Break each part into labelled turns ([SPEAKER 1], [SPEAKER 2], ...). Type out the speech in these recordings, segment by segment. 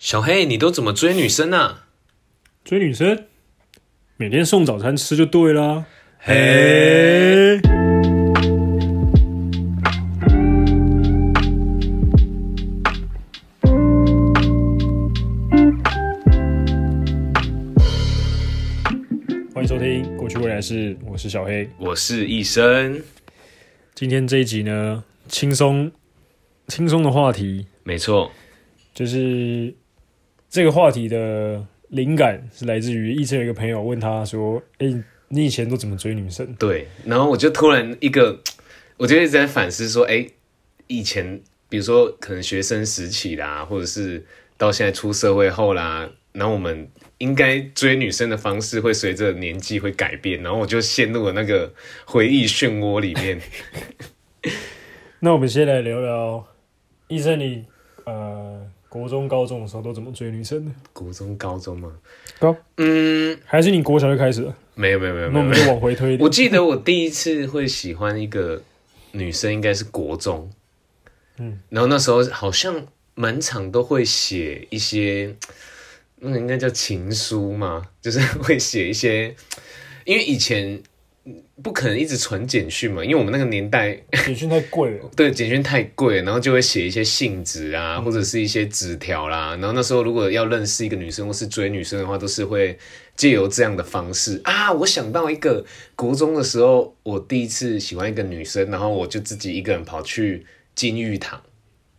[SPEAKER 1] 小黑，你都怎么追女生啊？
[SPEAKER 2] 追女生，每天送早餐吃就对啦。
[SPEAKER 1] 嘿，
[SPEAKER 2] 欢迎收听《过去未来式》，我是小黑。
[SPEAKER 1] 我是医生，
[SPEAKER 2] 今天这一集呢，轻松轻松的话题，
[SPEAKER 1] 没错，
[SPEAKER 2] 就是这个话题的灵感是来自于以前有一个朋友问他说：“哎、你以前都怎么追女生
[SPEAKER 1] 对。然后我就突然一个，我就一直在反思说，哎、以前比如说可能学生时期啦，或者是到现在出社会后啦，然后我们应该追女生的方式会随着年纪会改变，然后我就陷入了那个回忆漩涡里 面。？”
[SPEAKER 2] 那我们先来聊聊，医生你呃，国中、高中的时候都怎么追女生的？
[SPEAKER 1] 国中、高中吗？
[SPEAKER 2] 高
[SPEAKER 1] 嗯，
[SPEAKER 2] 还是你国小就开始了？
[SPEAKER 1] 没有没有没有没
[SPEAKER 2] 那我
[SPEAKER 1] 有
[SPEAKER 2] 们
[SPEAKER 1] 没
[SPEAKER 2] 就
[SPEAKER 1] 有。
[SPEAKER 2] 往回推一点
[SPEAKER 1] 我。记得我第一次会喜欢一个女生，应该是国中。
[SPEAKER 2] 嗯，
[SPEAKER 1] 然后那时候好像满场都会写一些，那个应该叫情书嘛，就是会写一些，因为以前不可能一直传简讯嘛，因为我们那个年代
[SPEAKER 2] 简讯太贵 了，
[SPEAKER 1] 对，简讯太贵，然后就会写一些信纸啊，或者是一些纸条啦。然后那时候如果要认识一个女生或是追女生的话，都是会借由这样的方式啊。我想到一个国中的时候，我第一次喜欢一个女生，然后我就自己一个人跑去金玉堂，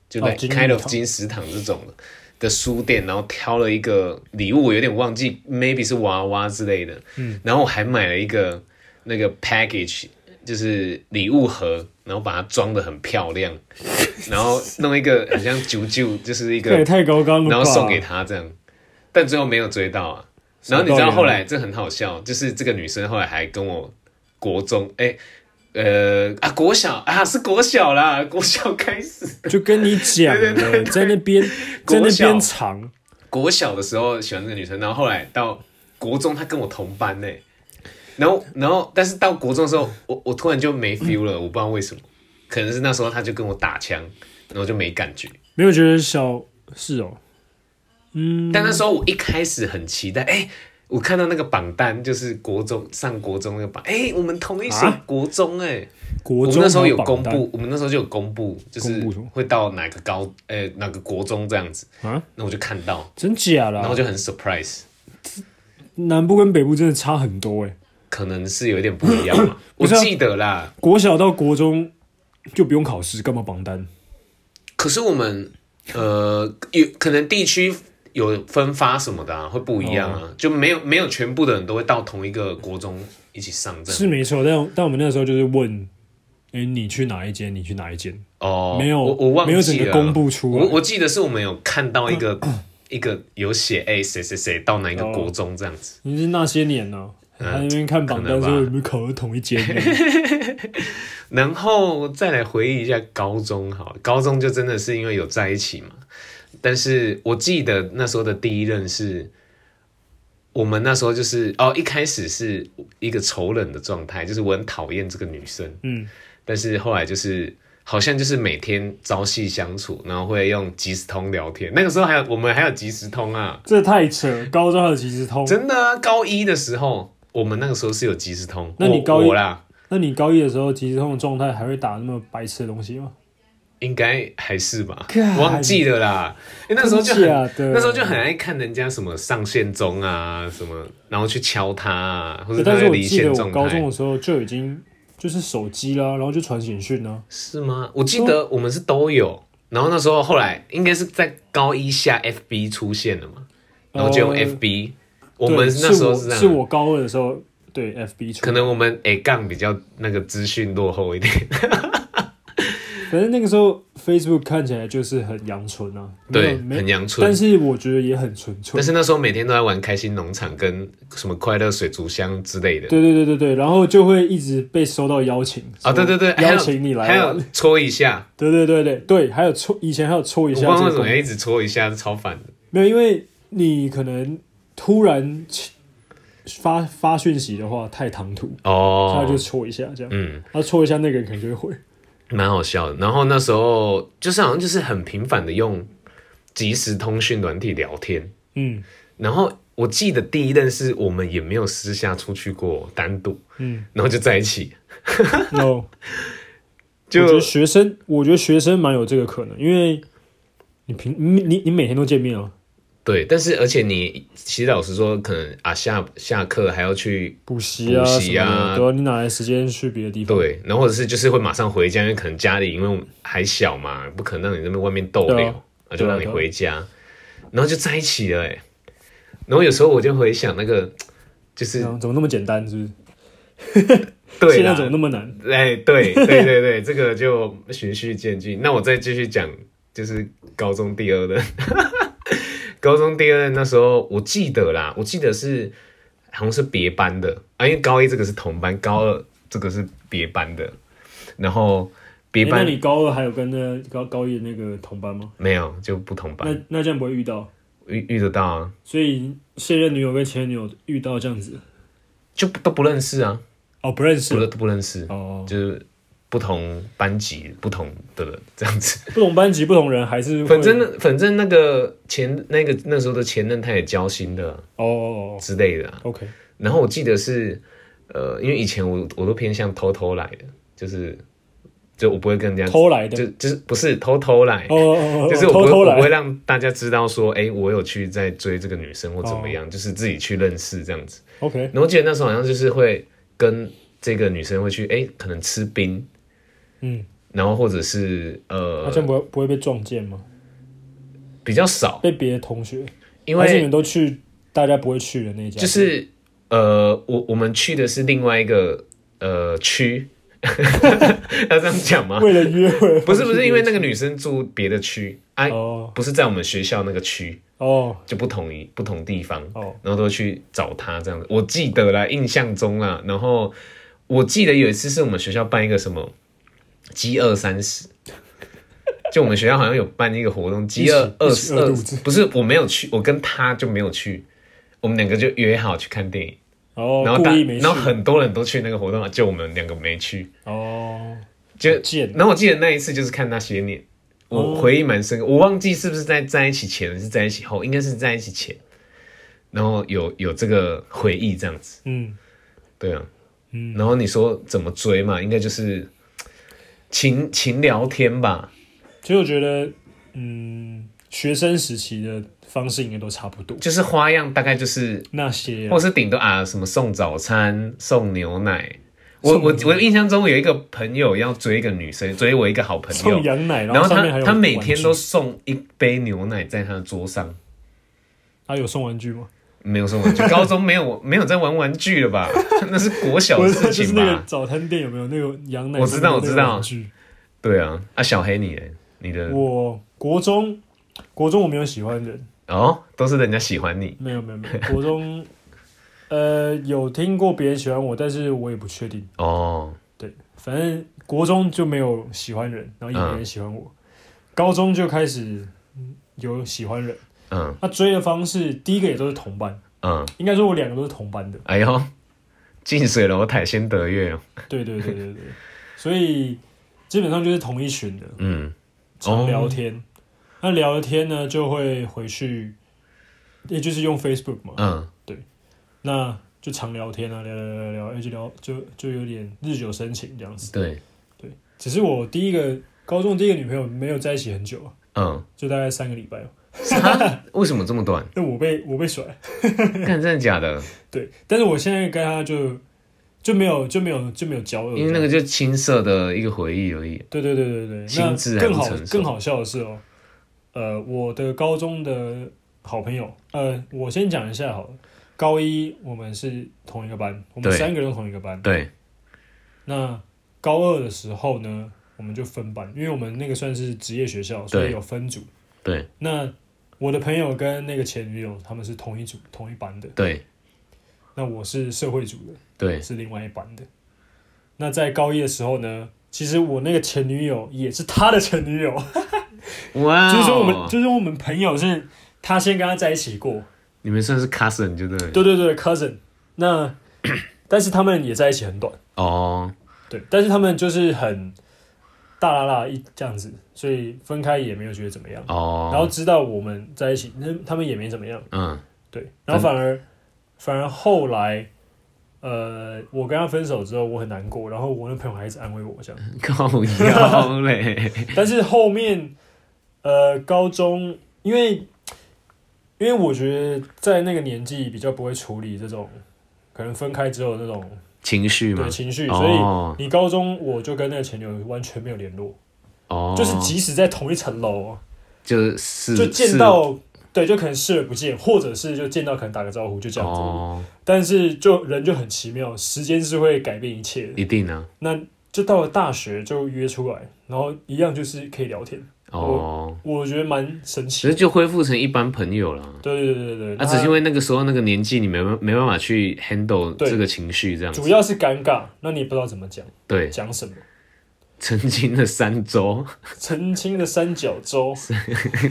[SPEAKER 1] 就
[SPEAKER 2] 哦
[SPEAKER 1] 那
[SPEAKER 2] 金玉
[SPEAKER 1] kind of
[SPEAKER 2] 堂
[SPEAKER 1] 金石堂这种的的书店，然后挑了一个礼物，我有点忘记，maybe 是娃娃之类的。嗯，然后我还买了一个那个 package，就是礼物盒，然后把它装的很漂亮，然后弄一个很像啾啾，就是一
[SPEAKER 2] 那也
[SPEAKER 1] 个，
[SPEAKER 2] 太高纲了吧？
[SPEAKER 1] 然后送给她这样，但最后没有追到啊。然后你知道后来这很好笑，就是这个女生后来还跟我国中哎。呃啊，国小啊是国小啦，国小开始，
[SPEAKER 2] 就跟你讲了，在那边在那
[SPEAKER 1] 国小
[SPEAKER 2] 边藏，
[SPEAKER 1] 国小的时候喜欢这个女生，然后后来到国中，她跟我同班呢、然后然后但是到国中的时候，我我突然就没 feel 了，我不知道为什么，可能是那时候她就跟我打枪，然后就没感觉。
[SPEAKER 2] 没有觉得小是哦，
[SPEAKER 1] 但那时候我一开始很期待，哎、我看到那个榜单，就是国中上国中那个榜，哎、我们同一所
[SPEAKER 2] 啊
[SPEAKER 1] 国中哎、我
[SPEAKER 2] 国中
[SPEAKER 1] 们那时候有
[SPEAKER 2] 还
[SPEAKER 1] 公
[SPEAKER 2] 榜单
[SPEAKER 1] 布，我们那时候就有公布，就是
[SPEAKER 2] 公布什么
[SPEAKER 1] 会到哪个高，呃、哪个国中这样子，
[SPEAKER 2] 啊，
[SPEAKER 1] 那我就看到，
[SPEAKER 2] 真假啦？
[SPEAKER 1] 然后就很 surprise。
[SPEAKER 2] 南部跟北部真的差很多哎，
[SPEAKER 1] 可能是有一点不一样嘛，我
[SPEAKER 2] 不是啊
[SPEAKER 1] 记得啦。
[SPEAKER 2] 国小到国中就不用考试，干嘛榜单？
[SPEAKER 1] 可是我们呃，有可能地区有分发什么的啊，会不一样
[SPEAKER 2] 哦
[SPEAKER 1] 啊，就没有没有全部的人都会到同一个国中一起上这样。
[SPEAKER 2] 是没错，但但我们那时候就是问，哎，你去哪一间？你去哪一间？
[SPEAKER 1] 哦，
[SPEAKER 2] 没有
[SPEAKER 1] 我我忘记了，
[SPEAKER 2] 没有整个公布出来
[SPEAKER 1] 我我记得是我们有看到一个 一个有写哎谁谁谁到哪一个
[SPEAKER 2] 哦
[SPEAKER 1] 国中这样子，
[SPEAKER 2] 你是那些年呢？还在那边看榜
[SPEAKER 1] 嗯可能
[SPEAKER 2] 单
[SPEAKER 1] 吧
[SPEAKER 2] 说有没有考到同一间？
[SPEAKER 1] 然后再来回忆一下高中好了，高中就真的是因为有在一起嘛，但是我记得那时候的第一任是。我们那时候就是哦，一开始是一个仇人的状态，就是我很讨厌这个女生，
[SPEAKER 2] 嗯，
[SPEAKER 1] 但是后来就是好像就是每天朝夕相处，然后会用即时通聊天。那个时候还有我们还有即时通啊，
[SPEAKER 2] 这太扯，高中还有即时通。
[SPEAKER 1] 真的啊，高一的时候，我们那个时候是有即时通。
[SPEAKER 2] 那你
[SPEAKER 1] 我
[SPEAKER 2] 高一
[SPEAKER 1] 我啦，
[SPEAKER 2] 那你高一的时候即时通的状态还会打那么白痴的东西吗？
[SPEAKER 1] 应该还是吧
[SPEAKER 2] God，
[SPEAKER 1] 忘记了啦。因为那时候就
[SPEAKER 2] 真
[SPEAKER 1] 很
[SPEAKER 2] 假的
[SPEAKER 1] 那时候就很爱看人家什么上线中啊，什么然后去敲他啊，或
[SPEAKER 2] 欸
[SPEAKER 1] 者他
[SPEAKER 2] 但是
[SPEAKER 1] 在
[SPEAKER 2] 我
[SPEAKER 1] 离
[SPEAKER 2] 记得
[SPEAKER 1] 线
[SPEAKER 2] 我
[SPEAKER 1] 状
[SPEAKER 2] 高中
[SPEAKER 1] 态
[SPEAKER 2] 的时候就已经就是手机啦，然后就传简讯啦。
[SPEAKER 1] 是吗？我记
[SPEAKER 2] 哦
[SPEAKER 1] 得我们是都有。然后那时候后来应该是在高一下 FB 出现了嘛，然后就用
[SPEAKER 2] 呃
[SPEAKER 1] FB。我
[SPEAKER 2] 对
[SPEAKER 1] 们那时候
[SPEAKER 2] 是
[SPEAKER 1] 这
[SPEAKER 2] 我
[SPEAKER 1] 样，
[SPEAKER 2] 是我高二的时候对 FB 出，
[SPEAKER 1] 可能我们 A 杠比较那个资讯落后一点。
[SPEAKER 2] 反正那个时候 Facebook 看起来就是很阳春啊，
[SPEAKER 1] 对
[SPEAKER 2] 没有没
[SPEAKER 1] 很阳春
[SPEAKER 2] 但是我觉得也很纯粹
[SPEAKER 1] 但。是那时候每天都在玩开心农场跟什么快乐水族箱之类的。
[SPEAKER 2] 对对对对对，然后就会一直被收到邀请
[SPEAKER 1] 啊、对对对，
[SPEAKER 2] 说
[SPEAKER 1] 还
[SPEAKER 2] 邀
[SPEAKER 1] 有
[SPEAKER 2] 请你
[SPEAKER 1] 还
[SPEAKER 2] 来玩
[SPEAKER 1] 有，搓一下，
[SPEAKER 2] 对对对对对，还有抽，以前还有抽一
[SPEAKER 1] 我不知
[SPEAKER 2] 下
[SPEAKER 1] 道
[SPEAKER 2] 这
[SPEAKER 1] 为
[SPEAKER 2] 个
[SPEAKER 1] 什
[SPEAKER 2] 功
[SPEAKER 1] 么要
[SPEAKER 2] 能，
[SPEAKER 1] 一直搓一下，超烦的。
[SPEAKER 2] 没有，因为你可能突然发发讯息的话太唐突，他就
[SPEAKER 1] 哦，
[SPEAKER 2] 戳一下这样，
[SPEAKER 1] 嗯，
[SPEAKER 2] 他戳一下那个人可能就会回。
[SPEAKER 1] 蛮好笑的。然后那时候就是好像就是很频繁的用，即时通讯软体聊天。
[SPEAKER 2] 嗯
[SPEAKER 1] 然后我记得第一任是我们也没有私下出去过单独，嗯，然后就在一起，
[SPEAKER 2] ，no，
[SPEAKER 1] 就
[SPEAKER 2] 我觉得学生，我觉得学生蛮有这个可能，因为你平你你你每天都见面啊，
[SPEAKER 1] 对。但是而且你其实老实说，可能啊下下课还要去
[SPEAKER 2] 补习啊
[SPEAKER 1] 补
[SPEAKER 2] 什
[SPEAKER 1] 习
[SPEAKER 2] 么
[SPEAKER 1] 啊
[SPEAKER 2] 的，对啊，你哪来时间去别的地方？
[SPEAKER 1] 对，然后或者是就是会马上回家，因为可能家里因为我们还小嘛，不可能让你在那边外面逗
[SPEAKER 2] 对啊
[SPEAKER 1] 留，啊就
[SPEAKER 2] 对啊
[SPEAKER 1] 让你
[SPEAKER 2] 对啊
[SPEAKER 1] 回家，然后就在一起了哎、然后有时候我就回想那个，就是
[SPEAKER 2] 啊，怎么那么简单？是不是？
[SPEAKER 1] 对
[SPEAKER 2] 现在
[SPEAKER 1] 啦
[SPEAKER 2] 怎么那么难？
[SPEAKER 1] 哎，对对对对，这个就循序渐进。那我再继续讲，就是高中第二任， 高中第二任那时候我记得啦，我记得是好像是别班的啊，因为高一这个是同班，高二这个是别班的，然后别
[SPEAKER 2] 哎诶那
[SPEAKER 1] 班、
[SPEAKER 2] 你高二还有跟那高高一的那个同班吗？
[SPEAKER 1] 没有就不同
[SPEAKER 2] 那
[SPEAKER 1] 班，
[SPEAKER 2] 那这样不会遇到，
[SPEAKER 1] 遇遇得到啊，
[SPEAKER 2] 所以现任女友跟前任女友遇到这样子，
[SPEAKER 1] 就不都不认识啊，
[SPEAKER 2] 哦，不认
[SPEAKER 1] 不
[SPEAKER 2] 识
[SPEAKER 1] 认不认识，
[SPEAKER 2] 哦，
[SPEAKER 1] 就是不同班级不同的人这样子。
[SPEAKER 2] 不同班级不同人还是会
[SPEAKER 1] 反正那反正那个前那个那时候的前任他也交心的啊
[SPEAKER 2] 哦哦哦
[SPEAKER 1] 之类的啊、
[SPEAKER 2] ，OK，
[SPEAKER 1] 然后我记得是呃，因为以前我我都偏向偷偷来的，就是就我不会跟人家
[SPEAKER 2] 偷来的
[SPEAKER 1] 就就是不是偷偷来，
[SPEAKER 2] 哦哦哦，哦
[SPEAKER 1] 就是我不
[SPEAKER 2] 偷
[SPEAKER 1] 会
[SPEAKER 2] 偷
[SPEAKER 1] 我不会
[SPEAKER 2] 来，
[SPEAKER 1] 让大家知道说，哎、我有去在追这个女生或
[SPEAKER 2] 哦
[SPEAKER 1] 怎么样，就是自己去认识这样子。
[SPEAKER 2] OK，
[SPEAKER 1] 然后我记得那时候好像就是会跟这个女生会去，哎、可能吃冰，
[SPEAKER 2] 嗯，
[SPEAKER 1] 然后或者是
[SPEAKER 2] 那
[SPEAKER 1] 呃
[SPEAKER 2] 这样不会不会被撞见吗？
[SPEAKER 1] 比较少，
[SPEAKER 2] 被别的同学，
[SPEAKER 1] 因
[SPEAKER 2] 还是你
[SPEAKER 1] 为
[SPEAKER 2] 们都去大家不会去的那一家？
[SPEAKER 1] 就是呃，我我们去的是另外一个呃区， 要这样讲吗？
[SPEAKER 2] 为了约会，
[SPEAKER 1] 不是不是，因为那个女生住别的区，哎、
[SPEAKER 2] 哦
[SPEAKER 1] 不是在我们学校那个区，
[SPEAKER 2] 哦
[SPEAKER 1] 就不同一不同地方，
[SPEAKER 2] 哦
[SPEAKER 1] 然后都去找她这样子。我记得啦，印象中啦，然后我记得有一次是我们学校办一个什么饥饿三十。 就我们学校好像有办一个活动，饥饿
[SPEAKER 2] 一
[SPEAKER 1] 二
[SPEAKER 2] 起
[SPEAKER 1] 十
[SPEAKER 2] 饿
[SPEAKER 1] 二
[SPEAKER 2] 肚子，
[SPEAKER 1] 不是我没有去，我跟她就没有去，我们两个就约好去看电影，
[SPEAKER 2] 哦，
[SPEAKER 1] 然后
[SPEAKER 2] 故
[SPEAKER 1] 大
[SPEAKER 2] 意没去
[SPEAKER 1] 然后很多人都去那个活动，就我们两个没去，
[SPEAKER 2] 哦，
[SPEAKER 1] 就
[SPEAKER 2] 贱
[SPEAKER 1] 然后我记得那一次就是看那些年，
[SPEAKER 2] 哦
[SPEAKER 1] 我回忆蛮深刻。我忘记是不是在在一起前，还是在一起后，应该是在一起前。然后有有这个回忆这样子，
[SPEAKER 2] 嗯，
[SPEAKER 1] 对啊，嗯。然后你说怎么追嘛？应该就是勤勤聊天吧，
[SPEAKER 2] 其实我觉得，嗯，学生时期的方式应该都差不多，
[SPEAKER 1] 就是花样大概就是，
[SPEAKER 2] 那些啊
[SPEAKER 1] 或是顶多啊什么送早餐、送牛奶。我我我印象中有一个朋友要追一个女生，追我一个好朋友
[SPEAKER 2] 送，羊奶，
[SPEAKER 1] 然后
[SPEAKER 2] 上面还
[SPEAKER 1] 他
[SPEAKER 2] 有
[SPEAKER 1] 他每
[SPEAKER 2] 玩
[SPEAKER 1] 天
[SPEAKER 2] 具
[SPEAKER 1] 都送一杯牛奶在他的桌上，
[SPEAKER 2] 他啊有送玩具吗？
[SPEAKER 1] 没有送玩具，高中没有没有在玩玩具了吧？ 那是国小的事
[SPEAKER 2] 就是
[SPEAKER 1] 情
[SPEAKER 2] 那个
[SPEAKER 1] 吧？
[SPEAKER 2] 早餐店有没有那个羊奶？
[SPEAKER 1] 我知道嗯我知道
[SPEAKER 2] 玩具。
[SPEAKER 1] 对啊，啊小黑你嘞，你的
[SPEAKER 2] 我国中，国中我没有喜欢人，
[SPEAKER 1] 哦都是人家喜欢你，
[SPEAKER 2] 没有没有没有， 国中，呃，有听过别人喜欢我，但是我也不确定。
[SPEAKER 1] 哦
[SPEAKER 2] 对，反正国中就没有喜欢人，然后也没人喜欢我。
[SPEAKER 1] 嗯
[SPEAKER 2] 高中就开始嗯有喜欢人，
[SPEAKER 1] 嗯
[SPEAKER 2] 那追的方式，第一个也都是同班，
[SPEAKER 1] 嗯，
[SPEAKER 2] 应该说我两个都是同班的。
[SPEAKER 1] 哎呦，近水楼台先得月哦，
[SPEAKER 2] 对对对对对，所以基本上就是同一群的，
[SPEAKER 1] 嗯
[SPEAKER 2] 常聊天。那聊的天呢，就会回去，也就是用 Facebook 嘛，
[SPEAKER 1] 嗯
[SPEAKER 2] 那就常聊天啊，聊聊聊聊，而且聊就就有点日久生情这样子。
[SPEAKER 1] 对
[SPEAKER 2] 只是我第一个高中第一个女朋友没有在一起很久啊，
[SPEAKER 1] 嗯，
[SPEAKER 2] 就大概三个礼拜吧。
[SPEAKER 1] 啊为什么这么短？
[SPEAKER 2] 那我被我被甩，
[SPEAKER 1] 看真的假的？
[SPEAKER 2] 对，但是我现在跟她就就没有就没有就没有交恶，
[SPEAKER 1] 因为那个就青涩的一个回忆而已，
[SPEAKER 2] 对对对对对，
[SPEAKER 1] 心智
[SPEAKER 2] 那
[SPEAKER 1] 还不
[SPEAKER 2] 更好
[SPEAKER 1] 成熟
[SPEAKER 2] 更好笑的是哦，呃，我的高中的好朋友，呃，我先讲一下好了。高一我们是同一个班，我们
[SPEAKER 1] 对
[SPEAKER 2] 三个人同一个班。
[SPEAKER 1] 对，
[SPEAKER 2] 那高二的时候呢，我们就分班，因为我们那个算是职业学校，所以
[SPEAKER 1] 对
[SPEAKER 2] 有分组。
[SPEAKER 1] 对
[SPEAKER 2] 那我的朋友跟那个前女友他们是同一组、同一班的，
[SPEAKER 1] 对
[SPEAKER 2] 那我是社会组的，
[SPEAKER 1] 对，
[SPEAKER 2] 是另外一班的。那在高一的时候呢，其实我那个前女友也是他的前女友，
[SPEAKER 1] 哇哦，
[SPEAKER 2] 就是说我们就是说我们朋友是他先跟他在一起过，
[SPEAKER 1] 你们算是 cousin 就对了，
[SPEAKER 2] 对对对，cousin。那但是他们也在一起很短，
[SPEAKER 1] 哦，
[SPEAKER 2] 对，但是他们就是很大啦啦一这样子，所以分开也没有觉得怎么样。
[SPEAKER 1] 哦，
[SPEAKER 2] 然后知道我们在一起，那他们也没怎么样，
[SPEAKER 1] 嗯
[SPEAKER 2] 对。然后反而、反而后来，呃，我跟他分手之后，我很难过，然后我那朋友还一直安慰我这样。
[SPEAKER 1] 靠腰 嘞，
[SPEAKER 2] 但是后面，呃，高中因为因为我觉得在那个年纪比较不会处理这种可能分开之后的那种
[SPEAKER 1] 情绪嘛
[SPEAKER 2] 对，情绪，所以
[SPEAKER 1] 哦
[SPEAKER 2] 你高中我就跟那个前女友完全没有联络，
[SPEAKER 1] 哦，
[SPEAKER 2] 就是即使在同一层楼哦。
[SPEAKER 1] 就是
[SPEAKER 2] 就见到，对，就可能视而不见，或者是就见到可能打个招呼，就这样子。
[SPEAKER 1] 哦，
[SPEAKER 2] 但是就人就很奇妙，时间是会改变一切的。
[SPEAKER 1] 一定啊，
[SPEAKER 2] 那就到了大学就约出来，然后一样就是可以聊天，
[SPEAKER 1] 哦，
[SPEAKER 2] 我觉得蛮神
[SPEAKER 1] 其
[SPEAKER 2] 奇
[SPEAKER 1] 实
[SPEAKER 2] 的。
[SPEAKER 1] 就恢复成一般朋友了。
[SPEAKER 2] 对对对对对，
[SPEAKER 1] 啊，只是因为那个时候那个年纪，你没办没办法去 handle
[SPEAKER 2] 对
[SPEAKER 1] 这个情绪，这样
[SPEAKER 2] 那
[SPEAKER 1] 子
[SPEAKER 2] 主。要是尴尬，那你也不知道怎么讲，
[SPEAKER 1] 对，
[SPEAKER 2] 讲什么。
[SPEAKER 1] 曾经的三 周，
[SPEAKER 2] 澄清的三角 洲，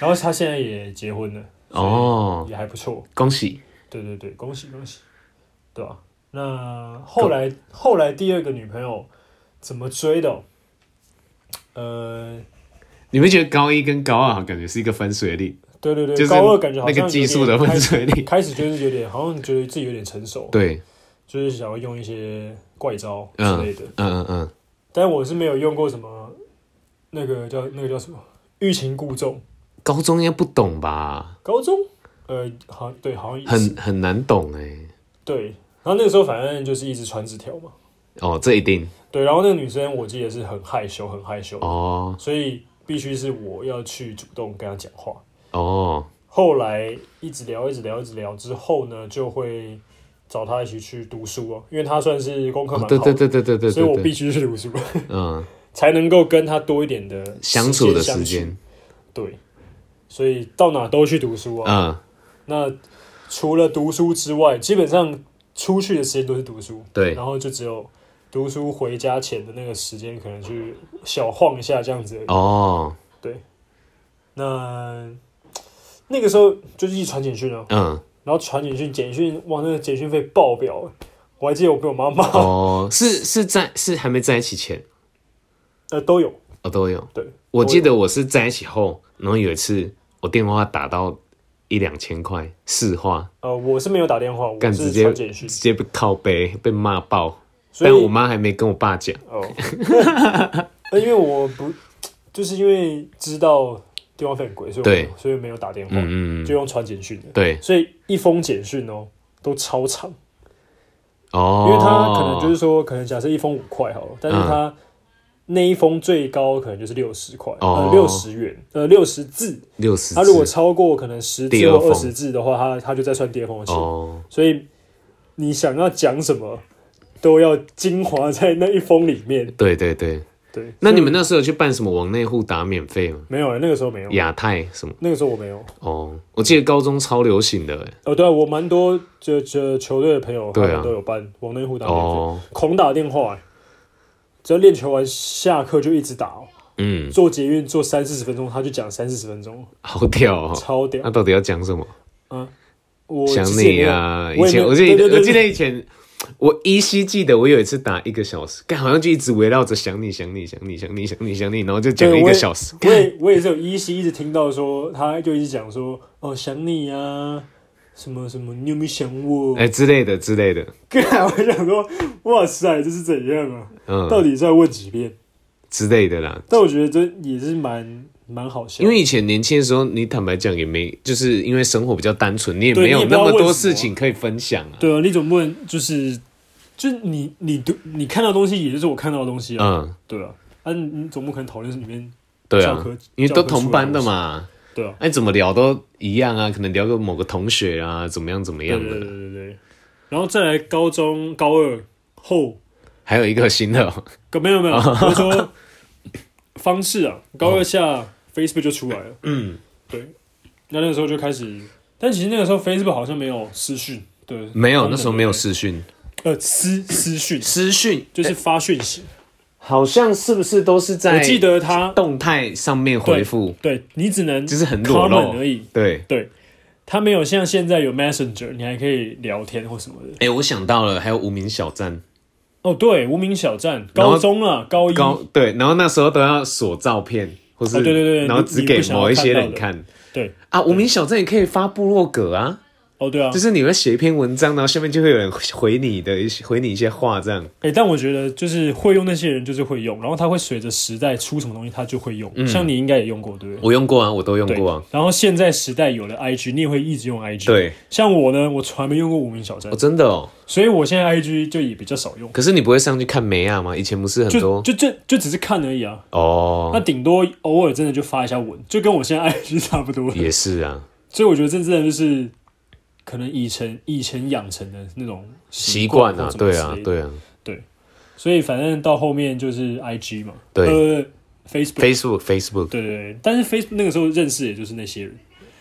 [SPEAKER 2] 然后他现在也结婚了，
[SPEAKER 1] 哦，
[SPEAKER 2] 也还不错。
[SPEAKER 1] 恭喜
[SPEAKER 2] 对对对，恭喜恭喜，对吧、那后来后来第二个女朋友怎么追的哦？呃，
[SPEAKER 1] 你们觉得高一跟高二好像感觉是一个分水岭，
[SPEAKER 2] 对对对，
[SPEAKER 1] 就是
[SPEAKER 2] 高二感觉好
[SPEAKER 1] 那
[SPEAKER 2] 像
[SPEAKER 1] 个技术
[SPEAKER 2] 有
[SPEAKER 1] 的
[SPEAKER 2] 点
[SPEAKER 1] 分
[SPEAKER 2] 开始
[SPEAKER 1] 水岭。
[SPEAKER 2] 开始就是有点好像觉得自己有点成熟，
[SPEAKER 1] 对，
[SPEAKER 2] 就是想要用一些怪招之
[SPEAKER 1] 嗯
[SPEAKER 2] 类的。
[SPEAKER 1] 嗯嗯嗯，
[SPEAKER 2] 但我是没有用过什么那个叫那个叫什么欲擒故纵，
[SPEAKER 1] 高中应该不懂吧？
[SPEAKER 2] 高中呃好像对好像也是
[SPEAKER 1] 很很难懂哎、
[SPEAKER 2] 对，然后那个时候反正就是一直传纸条嘛，
[SPEAKER 1] 哦，这一定
[SPEAKER 2] 对，然后那个女生我记得是很害羞很害羞，
[SPEAKER 1] 哦
[SPEAKER 2] 所以必须是我要去主动跟他讲话。
[SPEAKER 1] 哦
[SPEAKER 2] 后来一直聊，一直聊，一直聊之后呢，就会找他一起去读书哦，因为他算是功课蛮
[SPEAKER 1] 哦，
[SPEAKER 2] 好的，
[SPEAKER 1] 对对对对对对
[SPEAKER 2] 所以我
[SPEAKER 1] 对
[SPEAKER 2] 必
[SPEAKER 1] 对，
[SPEAKER 2] 须去读书，
[SPEAKER 1] 嗯，
[SPEAKER 2] 才能够跟他多一点的
[SPEAKER 1] 相处的
[SPEAKER 2] 时
[SPEAKER 1] 时
[SPEAKER 2] 间相处。
[SPEAKER 1] 间，
[SPEAKER 2] 对，所以到哪都去读书啊。
[SPEAKER 1] 嗯，
[SPEAKER 2] 那除了读书之外，基本上出去的时间都是读书，
[SPEAKER 1] 对
[SPEAKER 2] 然后就只有读书回家前的那个时间，可能去小晃一下这样子而已。
[SPEAKER 1] 哦，
[SPEAKER 2] 那那个时候就是一直传简讯啊，
[SPEAKER 1] 嗯
[SPEAKER 2] 然后传简讯，简讯哇，那个简讯费爆表，欸我还记得我被我妈 骂，
[SPEAKER 1] 哦，是是在是还没在一起前，
[SPEAKER 2] 呃，都有，
[SPEAKER 1] 哦都有，
[SPEAKER 2] 对，
[SPEAKER 1] 我记
[SPEAKER 2] 都有，
[SPEAKER 1] 得我是在一起后，然后有一次我电话打到一两千块市话，
[SPEAKER 2] 呃，我是没有打电话，
[SPEAKER 1] 干
[SPEAKER 2] 我
[SPEAKER 1] 直
[SPEAKER 2] 是
[SPEAKER 1] 接
[SPEAKER 2] 传
[SPEAKER 1] 直
[SPEAKER 2] 简讯，
[SPEAKER 1] 接被靠背被骂爆，
[SPEAKER 2] 所以
[SPEAKER 1] 但我妈还没跟我爸讲，
[SPEAKER 2] 哦， 那因为我不就是因为知道电话费很贵，所以我
[SPEAKER 1] 对
[SPEAKER 2] 所以没有打电话，
[SPEAKER 1] 嗯嗯
[SPEAKER 2] 就
[SPEAKER 1] 嗯，
[SPEAKER 2] 用传简讯的，
[SPEAKER 1] 对，
[SPEAKER 2] 所以一封简讯哦都超长，
[SPEAKER 1] 哦，嗯
[SPEAKER 2] 因为他可能就是说，可能假设一封五块好了，但是他那一封最高可能就是六十块，
[SPEAKER 1] 哦
[SPEAKER 2] 呃，六十元，呃，六十字。
[SPEAKER 1] 六十，
[SPEAKER 2] 他如果超过可能十字
[SPEAKER 1] 第二
[SPEAKER 2] 或
[SPEAKER 1] 封
[SPEAKER 2] 二十字的话，他他就再算第二封的钱。
[SPEAKER 1] 哦。
[SPEAKER 2] 所以你想要讲什么，都要精华在那一封里面。
[SPEAKER 1] 对对对，
[SPEAKER 2] 对，
[SPEAKER 1] 那
[SPEAKER 2] 所以
[SPEAKER 1] 你们那时候有去办什么往内户打免费吗？
[SPEAKER 2] 没有、欸、那个时候没有，
[SPEAKER 1] 亚太什么？
[SPEAKER 2] 那个时候我没有。
[SPEAKER 1] 哦，我记得高中超流行的欸，
[SPEAKER 2] 哦，对啊、我蛮多这这球队的朋友他
[SPEAKER 1] 对啊
[SPEAKER 2] 们都有办往内户打电话，
[SPEAKER 1] 哦，
[SPEAKER 2] 狂打电话欸、只要练球完下课就一直打、哦。
[SPEAKER 1] 嗯，
[SPEAKER 2] 做捷运做三四十分钟，他就讲三四十分钟，
[SPEAKER 1] 好屌哦。
[SPEAKER 2] 超屌
[SPEAKER 1] 那。到底要讲什么？
[SPEAKER 2] 我
[SPEAKER 1] 想
[SPEAKER 2] 其实也
[SPEAKER 1] 你
[SPEAKER 2] 没有，
[SPEAKER 1] 啊！
[SPEAKER 2] 我
[SPEAKER 1] 以
[SPEAKER 2] 也没
[SPEAKER 1] 前
[SPEAKER 2] 有
[SPEAKER 1] 我记
[SPEAKER 2] 对对
[SPEAKER 1] 得，
[SPEAKER 2] 对
[SPEAKER 1] 我记得以前，我依稀记得我有一次打一个小时，干好像就一直围绕着想你想你想你想你想你想你，然后就讲了
[SPEAKER 2] 对
[SPEAKER 1] 一
[SPEAKER 2] 我
[SPEAKER 1] 个
[SPEAKER 2] 也
[SPEAKER 1] 小时。
[SPEAKER 2] 我也我也是有依稀一直听到说，他就一直讲说，哦想你啊，什么什么，你有没有想我？
[SPEAKER 1] 哎之类的之类的，
[SPEAKER 2] 干， 我想说，哇塞，这是怎样啊？到
[SPEAKER 1] 嗯，
[SPEAKER 2] 底在问几遍？
[SPEAKER 1] 之类的啦。
[SPEAKER 2] 但我觉得这也是蛮蛮好笑的，
[SPEAKER 1] 因为以前年轻的时候，你坦白讲也没，就是因为生活比较单纯，你也
[SPEAKER 2] 对
[SPEAKER 1] 没有
[SPEAKER 2] 你也不知
[SPEAKER 1] 那
[SPEAKER 2] 道
[SPEAKER 1] 么
[SPEAKER 2] 问
[SPEAKER 1] 多
[SPEAKER 2] 什
[SPEAKER 1] 事
[SPEAKER 2] 么
[SPEAKER 1] 情可以分享啊。
[SPEAKER 2] 对啊，你总不能就是就你你读你看到的东西，也就是我看到的东西啊，
[SPEAKER 1] 嗯，
[SPEAKER 2] 对啊，啊你你总不可能讨论里面
[SPEAKER 1] 对
[SPEAKER 2] 教
[SPEAKER 1] 啊
[SPEAKER 2] 科，
[SPEAKER 1] 因为都同班的嘛，
[SPEAKER 2] 对啊，
[SPEAKER 1] 哎，怎么聊都一样啊，可能聊个某个同学啊，怎么样怎么
[SPEAKER 2] 对
[SPEAKER 1] 样
[SPEAKER 2] 对对
[SPEAKER 1] 的。
[SPEAKER 2] 对对，然后再来高中高二后，
[SPEAKER 1] 还有一个新的哦，
[SPEAKER 2] 可没 有没有，我说方式啊，高二下 Facebook 就出来了，嗯，对，那那个时候就开始，但其实那个时候 Facebook 好像没有私讯，对，
[SPEAKER 1] 没有，那时候没有私讯，
[SPEAKER 2] 呃私私讯，
[SPEAKER 1] 私讯
[SPEAKER 2] 就是
[SPEAKER 1] 哎
[SPEAKER 2] 发讯息，
[SPEAKER 1] 好像是不是都是在
[SPEAKER 2] 我记得他
[SPEAKER 1] 动态上面回复，
[SPEAKER 2] 对你只能
[SPEAKER 1] 就是很裸
[SPEAKER 2] comment
[SPEAKER 1] 露
[SPEAKER 2] 而。已，
[SPEAKER 1] 对，
[SPEAKER 2] 他没有像现在有 Messenger，你还可以聊天或什么的，
[SPEAKER 1] 哎，我想到了，还有无名小站，
[SPEAKER 2] 哦，对，无名小站，
[SPEAKER 1] 然后
[SPEAKER 2] 高中啊，高一，
[SPEAKER 1] 高对，然后那时候都要锁照片，或是、
[SPEAKER 2] 哦对对对
[SPEAKER 1] 然后只给某一些人看
[SPEAKER 2] 对，
[SPEAKER 1] 啊。无名小站也可以发部落格啊，
[SPEAKER 2] 哦对啊
[SPEAKER 1] 就，是你会写一篇文章，然后下面就会有人回你的一些回你一些话这样。
[SPEAKER 2] 哎、但我觉得就是会用那些人就是会用，然后他会随着时代出什么东西他就会用，像你应该也用过对不对？
[SPEAKER 1] 我用过啊，嗯我都用过啊。
[SPEAKER 2] 然后现在时代有了 IG，你也会一直用 IG。，
[SPEAKER 1] 对，
[SPEAKER 2] 像我呢，我从来没用过无名小站
[SPEAKER 1] 哦，，真的哦。
[SPEAKER 2] 所以我现在 IG 就也比较少用，
[SPEAKER 1] 可是你不会上去看梅亚吗？以前不是很
[SPEAKER 2] 就
[SPEAKER 1] 多
[SPEAKER 2] 就就就只是看而已啊。那
[SPEAKER 1] 哦，
[SPEAKER 2] 顶多偶尔真的就发一下文，就跟我现在 IG 差不多。
[SPEAKER 1] 也是啊，
[SPEAKER 2] 所以我觉得这真的就是可能以前以前养成的那种
[SPEAKER 1] 习惯
[SPEAKER 2] 或
[SPEAKER 1] 啊，
[SPEAKER 2] 什么
[SPEAKER 1] 对
[SPEAKER 2] 之
[SPEAKER 1] 啊
[SPEAKER 2] 类，的。
[SPEAKER 1] 对啊。
[SPEAKER 2] 所以反正到后面就是 IG 嘛，
[SPEAKER 1] 对啊
[SPEAKER 2] 呃，Facebook，
[SPEAKER 1] Facebook，Facebook，
[SPEAKER 2] 对对对。但是 Facebook 那个时候认识也就是那些人，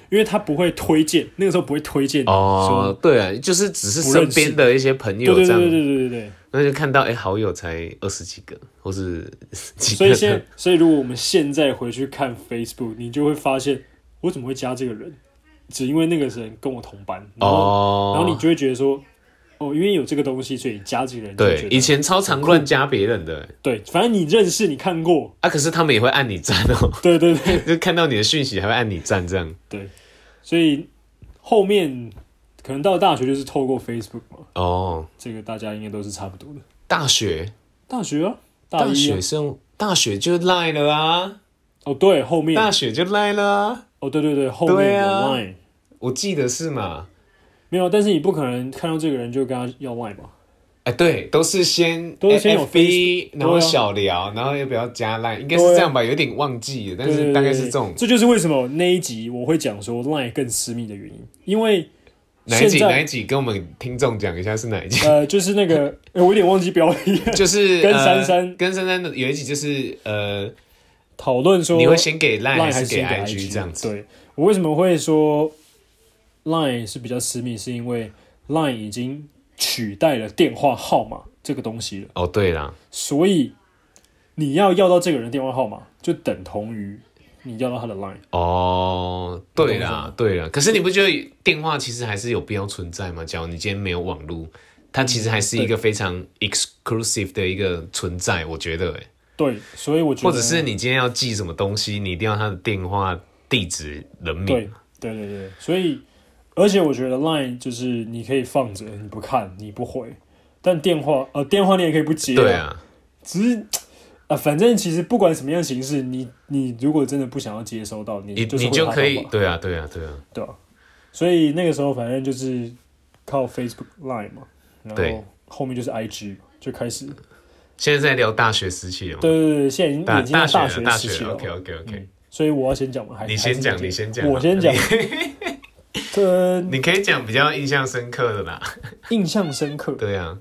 [SPEAKER 2] 因为他不会推荐，那个时候不会推荐
[SPEAKER 1] 哦，对啊，就是只是身边的一些朋
[SPEAKER 2] 说
[SPEAKER 1] 友
[SPEAKER 2] 对
[SPEAKER 1] 这
[SPEAKER 2] 对对
[SPEAKER 1] 样，
[SPEAKER 2] 对对对对。
[SPEAKER 1] 那就看到哎、好友才二十几个，或是 几
[SPEAKER 2] 所以
[SPEAKER 1] 个
[SPEAKER 2] 现在，所以如果我们现在回去看 Facebook，你就会发现我怎么会加这个人，只因为那个人跟我同班，然后、
[SPEAKER 1] 哦，
[SPEAKER 2] 然后你就会觉得说，哦，因为有这个东西，所以加这个人就觉
[SPEAKER 1] 对
[SPEAKER 2] 得，
[SPEAKER 1] 以前超常乱加别人的、
[SPEAKER 2] 对，反正你认识，你看过，
[SPEAKER 1] 啊，可是他们也会按你赞哦、
[SPEAKER 2] 对对对
[SPEAKER 1] 就看到你的讯息还会按你赞这样。
[SPEAKER 2] 对，所以后面可能到大学就是透过 Facebook 嘛，
[SPEAKER 1] 哦，
[SPEAKER 2] 这个大家应该都是差不多的。
[SPEAKER 1] 大学，
[SPEAKER 2] 大学啊，大
[SPEAKER 1] 大
[SPEAKER 2] 一啊、
[SPEAKER 1] 学是用大学就赖了啊，
[SPEAKER 2] 哦对，后面
[SPEAKER 1] 大学就赖了啊，
[SPEAKER 2] 哦对对对，后面
[SPEAKER 1] 对
[SPEAKER 2] 有
[SPEAKER 1] 啊
[SPEAKER 2] Line、
[SPEAKER 1] 我记得是嘛？
[SPEAKER 2] 没有，但是你不可能看到这个人就跟他要 Line 吧？
[SPEAKER 1] 哎，对，都是先
[SPEAKER 2] 都是先有
[SPEAKER 1] FB，然后
[SPEAKER 2] 对啊
[SPEAKER 1] 小聊，然后要不要加 Line，应该是
[SPEAKER 2] 对啊
[SPEAKER 1] 这样吧？有点忘记了，但
[SPEAKER 2] 对对
[SPEAKER 1] 是
[SPEAKER 2] 对
[SPEAKER 1] 大概是这种。
[SPEAKER 2] 这就是为什么那一集我会讲说 Line 更私密的原因，因为
[SPEAKER 1] 哪一
[SPEAKER 2] 现
[SPEAKER 1] 集？哪一
[SPEAKER 2] 在？
[SPEAKER 1] 集？跟我们听众讲一下是哪一集
[SPEAKER 2] 呃，就是 那个、呃我有点忘记标题，
[SPEAKER 1] 就是
[SPEAKER 2] 跟
[SPEAKER 1] 呃
[SPEAKER 2] 珊珊
[SPEAKER 1] 跟珊珊的有一集就是呃，
[SPEAKER 2] 讨论说
[SPEAKER 1] 你会先给 Line
[SPEAKER 2] Line
[SPEAKER 1] 哎还是
[SPEAKER 2] 先给
[SPEAKER 1] IG 这样子？
[SPEAKER 2] 对我为什么会说 Line 是比较私密，是因为 Line 已经取代了电话号码这个东西了，
[SPEAKER 1] 哦，对啦，
[SPEAKER 2] 所以你要要到这个人的电话号码，就等同于你要到他的 Line。
[SPEAKER 1] 哦，对
[SPEAKER 2] 我懂
[SPEAKER 1] 啦，对啦。可是你不觉得电话其实还是有必要存在吗？假如你今天没有网络，它其实还是一个非常 exclusive 的一个存在，我觉得、欸。
[SPEAKER 2] 对，所以我觉得，
[SPEAKER 1] 或者是你今天要寄什么东西，你一定要他的电话、地址、人
[SPEAKER 2] 对
[SPEAKER 1] 名。
[SPEAKER 2] 对对对，所以而且我觉得 Line 就是你可以放着，你不看，你不回，但电话呃电话你也可以不接、
[SPEAKER 1] 对，啊，
[SPEAKER 2] 只是。啊，反正其实不管什么样形式，你你如果真的不想要接收到，
[SPEAKER 1] 你
[SPEAKER 2] 你就是
[SPEAKER 1] 你
[SPEAKER 2] 会
[SPEAKER 1] 就
[SPEAKER 2] 把它
[SPEAKER 1] 可以
[SPEAKER 2] 放，
[SPEAKER 1] 对啊，对啊，对啊，
[SPEAKER 2] 对吧？所以那个时候反正就是靠 Facebook Line 嘛，然
[SPEAKER 1] 对
[SPEAKER 2] 后后面就是 IG 就开始，对
[SPEAKER 1] 现在在聊大学时期了吗？
[SPEAKER 2] 对对对，现在已经
[SPEAKER 1] 大
[SPEAKER 2] 已经到
[SPEAKER 1] 大
[SPEAKER 2] 学
[SPEAKER 1] 大
[SPEAKER 2] 时期
[SPEAKER 1] 学
[SPEAKER 2] 了
[SPEAKER 1] ，OK OK OK，
[SPEAKER 2] 嗯所以我要先讲嘛，还
[SPEAKER 1] 你
[SPEAKER 2] 还
[SPEAKER 1] 先
[SPEAKER 2] 是
[SPEAKER 1] 讲，你先讲，
[SPEAKER 2] 我先讲， 这
[SPEAKER 1] 你可以讲比较印象深刻的啦。
[SPEAKER 2] 印象深刻，
[SPEAKER 1] 对啊，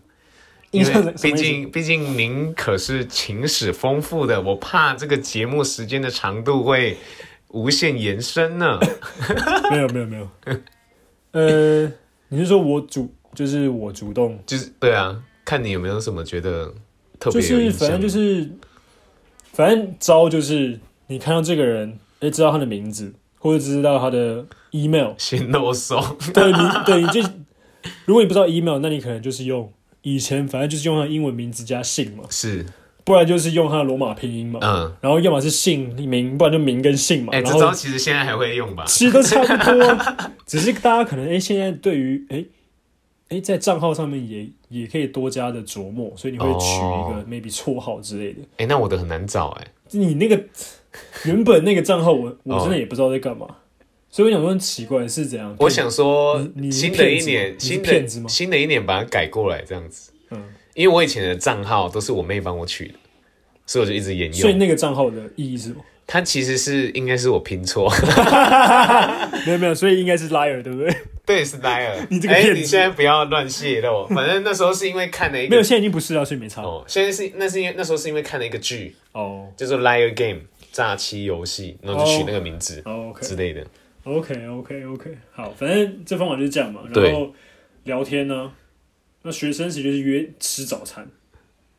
[SPEAKER 2] 印
[SPEAKER 1] 因
[SPEAKER 2] 象
[SPEAKER 1] 为
[SPEAKER 2] 深，
[SPEAKER 1] 毕
[SPEAKER 2] 什么意思
[SPEAKER 1] 竟毕竟您可是情史丰富的，我怕这个节目时间的长度会无限延伸呢。
[SPEAKER 2] 没有没有没有，呃，你是说我主就是我主动，
[SPEAKER 1] 就是对啊，看你有没有什么觉得特
[SPEAKER 2] 就
[SPEAKER 1] 别有
[SPEAKER 2] 是
[SPEAKER 1] 印
[SPEAKER 2] 反
[SPEAKER 1] 象
[SPEAKER 2] 正就。是反正招就是你看到这个人，哎、知道他的名字或者知道他的 email，
[SPEAKER 1] 先露手，
[SPEAKER 2] 对你对你就如果你不知道 email，那你可能就是用以前反正就是用他的英文名字加姓嘛，
[SPEAKER 1] 是，
[SPEAKER 2] 不然就是用他的罗马拼音嘛，
[SPEAKER 1] 嗯，
[SPEAKER 2] 然后要么是姓名，不然就名跟姓嘛，
[SPEAKER 1] 哎、
[SPEAKER 2] 然
[SPEAKER 1] 这
[SPEAKER 2] 后
[SPEAKER 1] 招其实现在还会用吧？
[SPEAKER 2] 其实都差不多啊，只是大家可能哎、诶现在对于哎哎在账号上面也也可以多加的琢磨，所以你会取一个
[SPEAKER 1] 哦
[SPEAKER 2] maybe 绰号之类的。
[SPEAKER 1] 哎、那我的很难找哎、
[SPEAKER 2] 你那个原本那个账号我，我
[SPEAKER 1] 哦
[SPEAKER 2] 真的也不知道在干嘛，所以我想说很奇怪是怎样。
[SPEAKER 1] 我想说
[SPEAKER 2] 你你，是
[SPEAKER 1] 新的
[SPEAKER 2] 骗
[SPEAKER 1] 一
[SPEAKER 2] 子吗
[SPEAKER 1] 年，
[SPEAKER 2] 你是
[SPEAKER 1] 新
[SPEAKER 2] 骗
[SPEAKER 1] 的
[SPEAKER 2] 子吗
[SPEAKER 1] 新的一年把它改过来这样子，
[SPEAKER 2] 嗯，
[SPEAKER 1] 因为我以前的账号都是我妹帮我取的，所以我就一直沿
[SPEAKER 2] 所以
[SPEAKER 1] 用。
[SPEAKER 2] 那个账号的意义是什么？
[SPEAKER 1] 它其实是应该是我拼错，
[SPEAKER 2] 没有没有，所以应该是 liar 对不 对？
[SPEAKER 1] 对，是 liar。
[SPEAKER 2] 你这个
[SPEAKER 1] 哎
[SPEAKER 2] 骗子
[SPEAKER 1] 你现在不要乱泄 露。反正那时候是因为看了一
[SPEAKER 2] 没有，
[SPEAKER 1] 个
[SPEAKER 2] 现在已经不是了，所以没差。哦
[SPEAKER 1] 哦，现在是那是因为那时候是因为看了一个剧，叫做《Liar Game》诈欺游戏，然后就取那个名字
[SPEAKER 2] 哦，OK
[SPEAKER 1] 之类的。
[SPEAKER 2] OK OK OK，好，反正这方法就是这样嘛。
[SPEAKER 1] 对
[SPEAKER 2] 然后聊天呢、那学生时就是约吃早餐，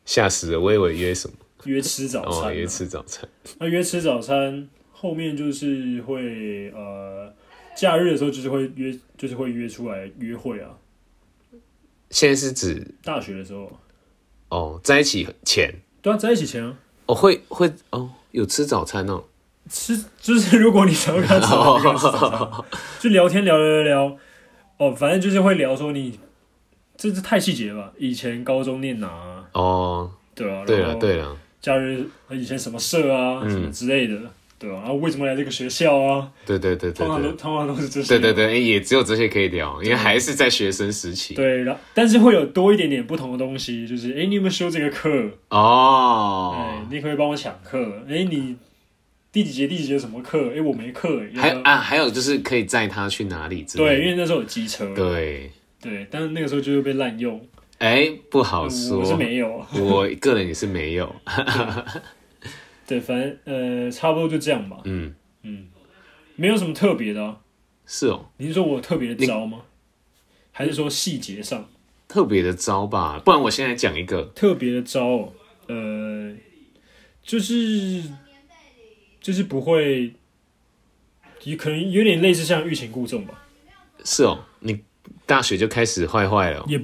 [SPEAKER 1] 吓死了，我以为约什么？
[SPEAKER 2] 约吃早餐、
[SPEAKER 1] 哦，
[SPEAKER 2] 啊，
[SPEAKER 1] 约吃早餐。
[SPEAKER 2] 那约吃早餐，后面就是会呃，假日的时候就是会约，就是会约出来约会啊。
[SPEAKER 1] 现在是指
[SPEAKER 2] 大学的时候，啊
[SPEAKER 1] 哦，在一起前
[SPEAKER 2] 对啊，在一起前啊，
[SPEAKER 1] 哦会会哦有吃早餐哦，
[SPEAKER 2] 吃就是如果你想要跟他吃饭，你跟他吃 早餐就聊天聊聊聊聊，哦，反正就是会聊说你这这太细节了吧？以前高中念哪、啊？
[SPEAKER 1] 哦，
[SPEAKER 2] 对啊，
[SPEAKER 1] 对
[SPEAKER 2] 然
[SPEAKER 1] 了
[SPEAKER 2] 后
[SPEAKER 1] 对了
[SPEAKER 2] 假日呃以前什么社啊、
[SPEAKER 1] 嗯
[SPEAKER 2] 什么之类的，对吧、啊？然后为什么来这个学校啊？
[SPEAKER 1] 对对对对
[SPEAKER 2] 通常都
[SPEAKER 1] 对。
[SPEAKER 2] 通常都是这
[SPEAKER 1] 对
[SPEAKER 2] 些，
[SPEAKER 1] 对对，也只有这些可以聊，因为还是在学生时期。
[SPEAKER 2] 对，然后但是会有多一点点不同的东西，就是哎，诶你有没有修这个课？哎
[SPEAKER 1] 哦，，
[SPEAKER 2] 你可不可以帮我抢课？哎，你第几节第几节什么课？哎，我没课。要不
[SPEAKER 1] 还
[SPEAKER 2] 要
[SPEAKER 1] 啊，还有就是可以载他去哪里之
[SPEAKER 2] 对，因
[SPEAKER 1] 类的。
[SPEAKER 2] 为那时候有机车，
[SPEAKER 1] 对，
[SPEAKER 2] 对，但是那个时候就是被滥用。
[SPEAKER 1] 哎，不好说，
[SPEAKER 2] 嗯我是没有，
[SPEAKER 1] 我个人也是没有。
[SPEAKER 2] 对，反正呃，差不多就这样吧，
[SPEAKER 1] 嗯，
[SPEAKER 2] 没有什么特别的啊、
[SPEAKER 1] 是哦，
[SPEAKER 2] 你是说我有特别的招吗？还是说细节上
[SPEAKER 1] 特别的招吧，不然我现在讲一个，
[SPEAKER 2] 特别的招哦？呃，就是就是不会，也可能有点类似像欲擒故纵吧，
[SPEAKER 1] 是哦，你大学就开始坏坏了哦，
[SPEAKER 2] 也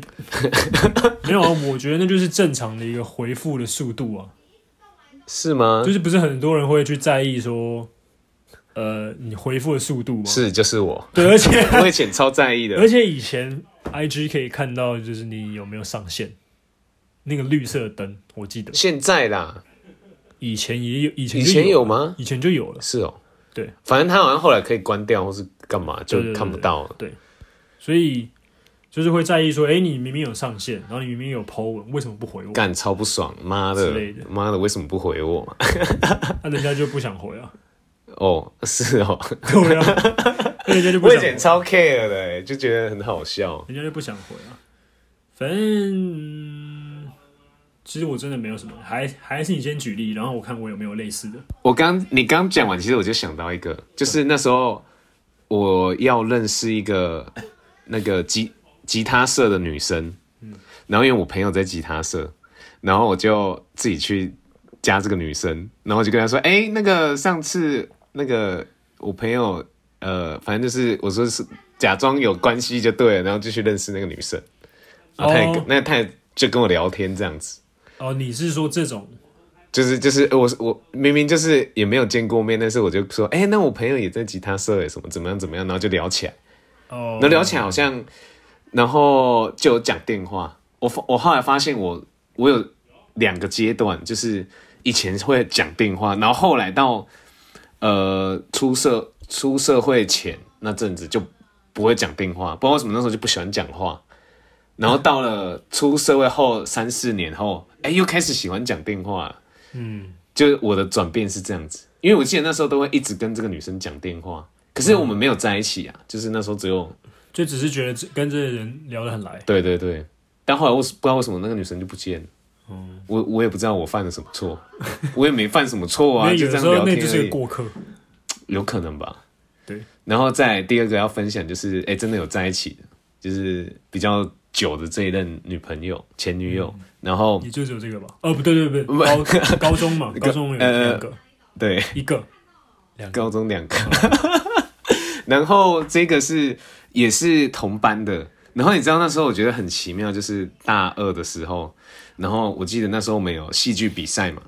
[SPEAKER 2] 没有啊。我觉得那就是正常的一个回复的速度啊。
[SPEAKER 1] 是吗
[SPEAKER 2] 就？是不是很多人会去在意说，呃，你回复的速度吗？
[SPEAKER 1] 是，就是我，
[SPEAKER 2] 对，而且
[SPEAKER 1] 我以前超在意的
[SPEAKER 2] 而，且以前 I G 可以看到，就是你有没有上线，那个绿色灯，我记得
[SPEAKER 1] 现在啦，
[SPEAKER 2] 以前也有，以前
[SPEAKER 1] 以
[SPEAKER 2] 就
[SPEAKER 1] 前有
[SPEAKER 2] 有了，
[SPEAKER 1] 吗？
[SPEAKER 2] 以前就有了，
[SPEAKER 1] 是哦，
[SPEAKER 2] 对，
[SPEAKER 1] 反正他好像后来可以关掉或是干嘛，就
[SPEAKER 2] 对对对
[SPEAKER 1] 看不到了。
[SPEAKER 2] 所以就是会在意说，哎、你明明有上线，然后你明明有 po 文，为什么不回我？
[SPEAKER 1] 干超不爽，妈
[SPEAKER 2] 之
[SPEAKER 1] 的
[SPEAKER 2] 类的，
[SPEAKER 1] 妈的，为什么不回我？
[SPEAKER 2] 那、啊人家就不想回啊，
[SPEAKER 1] 哦，是哦，
[SPEAKER 2] 对啊，那人家就 不
[SPEAKER 1] 我
[SPEAKER 2] 想
[SPEAKER 1] 以
[SPEAKER 2] 回
[SPEAKER 1] 前，超 care 的欸，就觉得很好笑。
[SPEAKER 2] 人家就不想回啊，反正。其实我真的没有什么，还还是你先举例，然后我看我有没有类似的。
[SPEAKER 1] 我刚你刚讲完，其实我就想到一个，就是那时候我要认识一个那个吉吉他社的女生，然后因为我朋友在吉他社，然后我就自己去加这个女生，然后我就跟她说，哎、那个上次那个我朋友，呃，反正就是我说是假装有关系就对了，然后就去认识那个女生，然后她也、
[SPEAKER 2] 哦
[SPEAKER 1] 那她也就跟我聊天这样子。
[SPEAKER 2] 哦，你是说这种
[SPEAKER 1] 就是就是呃我是我明明就是也没有见过面，但是我就说，哎、那我朋友也在吉他社诶，哎什么怎么样怎么样，然后就聊起来，
[SPEAKER 2] 哦？
[SPEAKER 1] 那聊起来好像，然后就有讲电话。我发我后来发现我我有两个阶段，就是以前会讲电话，然后后来到呃出社出社会前那阵子就不会讲电话，不知道为什么那时候就不喜欢讲话。然后到了出社会后三四年后，哎、又开始喜欢讲电话了。
[SPEAKER 2] 嗯，
[SPEAKER 1] 就是我的转变是这样子，因为我记得那时候都会一直跟这个女生讲电话，可是我们没有在一起啊，就是那时候只有
[SPEAKER 2] 就只是觉得这跟这个人聊得很来，
[SPEAKER 1] 对对对，但后来我是不知道为什么那个女生就不见了，
[SPEAKER 2] 嗯
[SPEAKER 1] 我我也不知道我犯了什么错， 我也没犯什么错
[SPEAKER 2] 因
[SPEAKER 1] 啊，
[SPEAKER 2] 为
[SPEAKER 1] 就
[SPEAKER 2] 有
[SPEAKER 1] 这样
[SPEAKER 2] 的时候
[SPEAKER 1] 聊
[SPEAKER 2] 那
[SPEAKER 1] 天
[SPEAKER 2] 就是
[SPEAKER 1] 而
[SPEAKER 2] 个
[SPEAKER 1] 已，
[SPEAKER 2] 过客。
[SPEAKER 1] 有可能吧。
[SPEAKER 2] 对，
[SPEAKER 1] 然后再来第二个要分享就是，哎、真的有在一起的，就是比较久的这一任女朋友前女友，
[SPEAKER 2] 嗯
[SPEAKER 1] 然后
[SPEAKER 2] 你就只有这个吧？哦，不对，对不对， 高高中嘛，高中有
[SPEAKER 1] 呃
[SPEAKER 2] 两个，
[SPEAKER 1] 对。
[SPEAKER 2] 一个，两个，
[SPEAKER 1] 高中两个， 然后这个是也是同班的。然后你知道那时候我觉得很奇妙，就是大二的时候，然后我记得那时候我们有戏剧比赛嘛，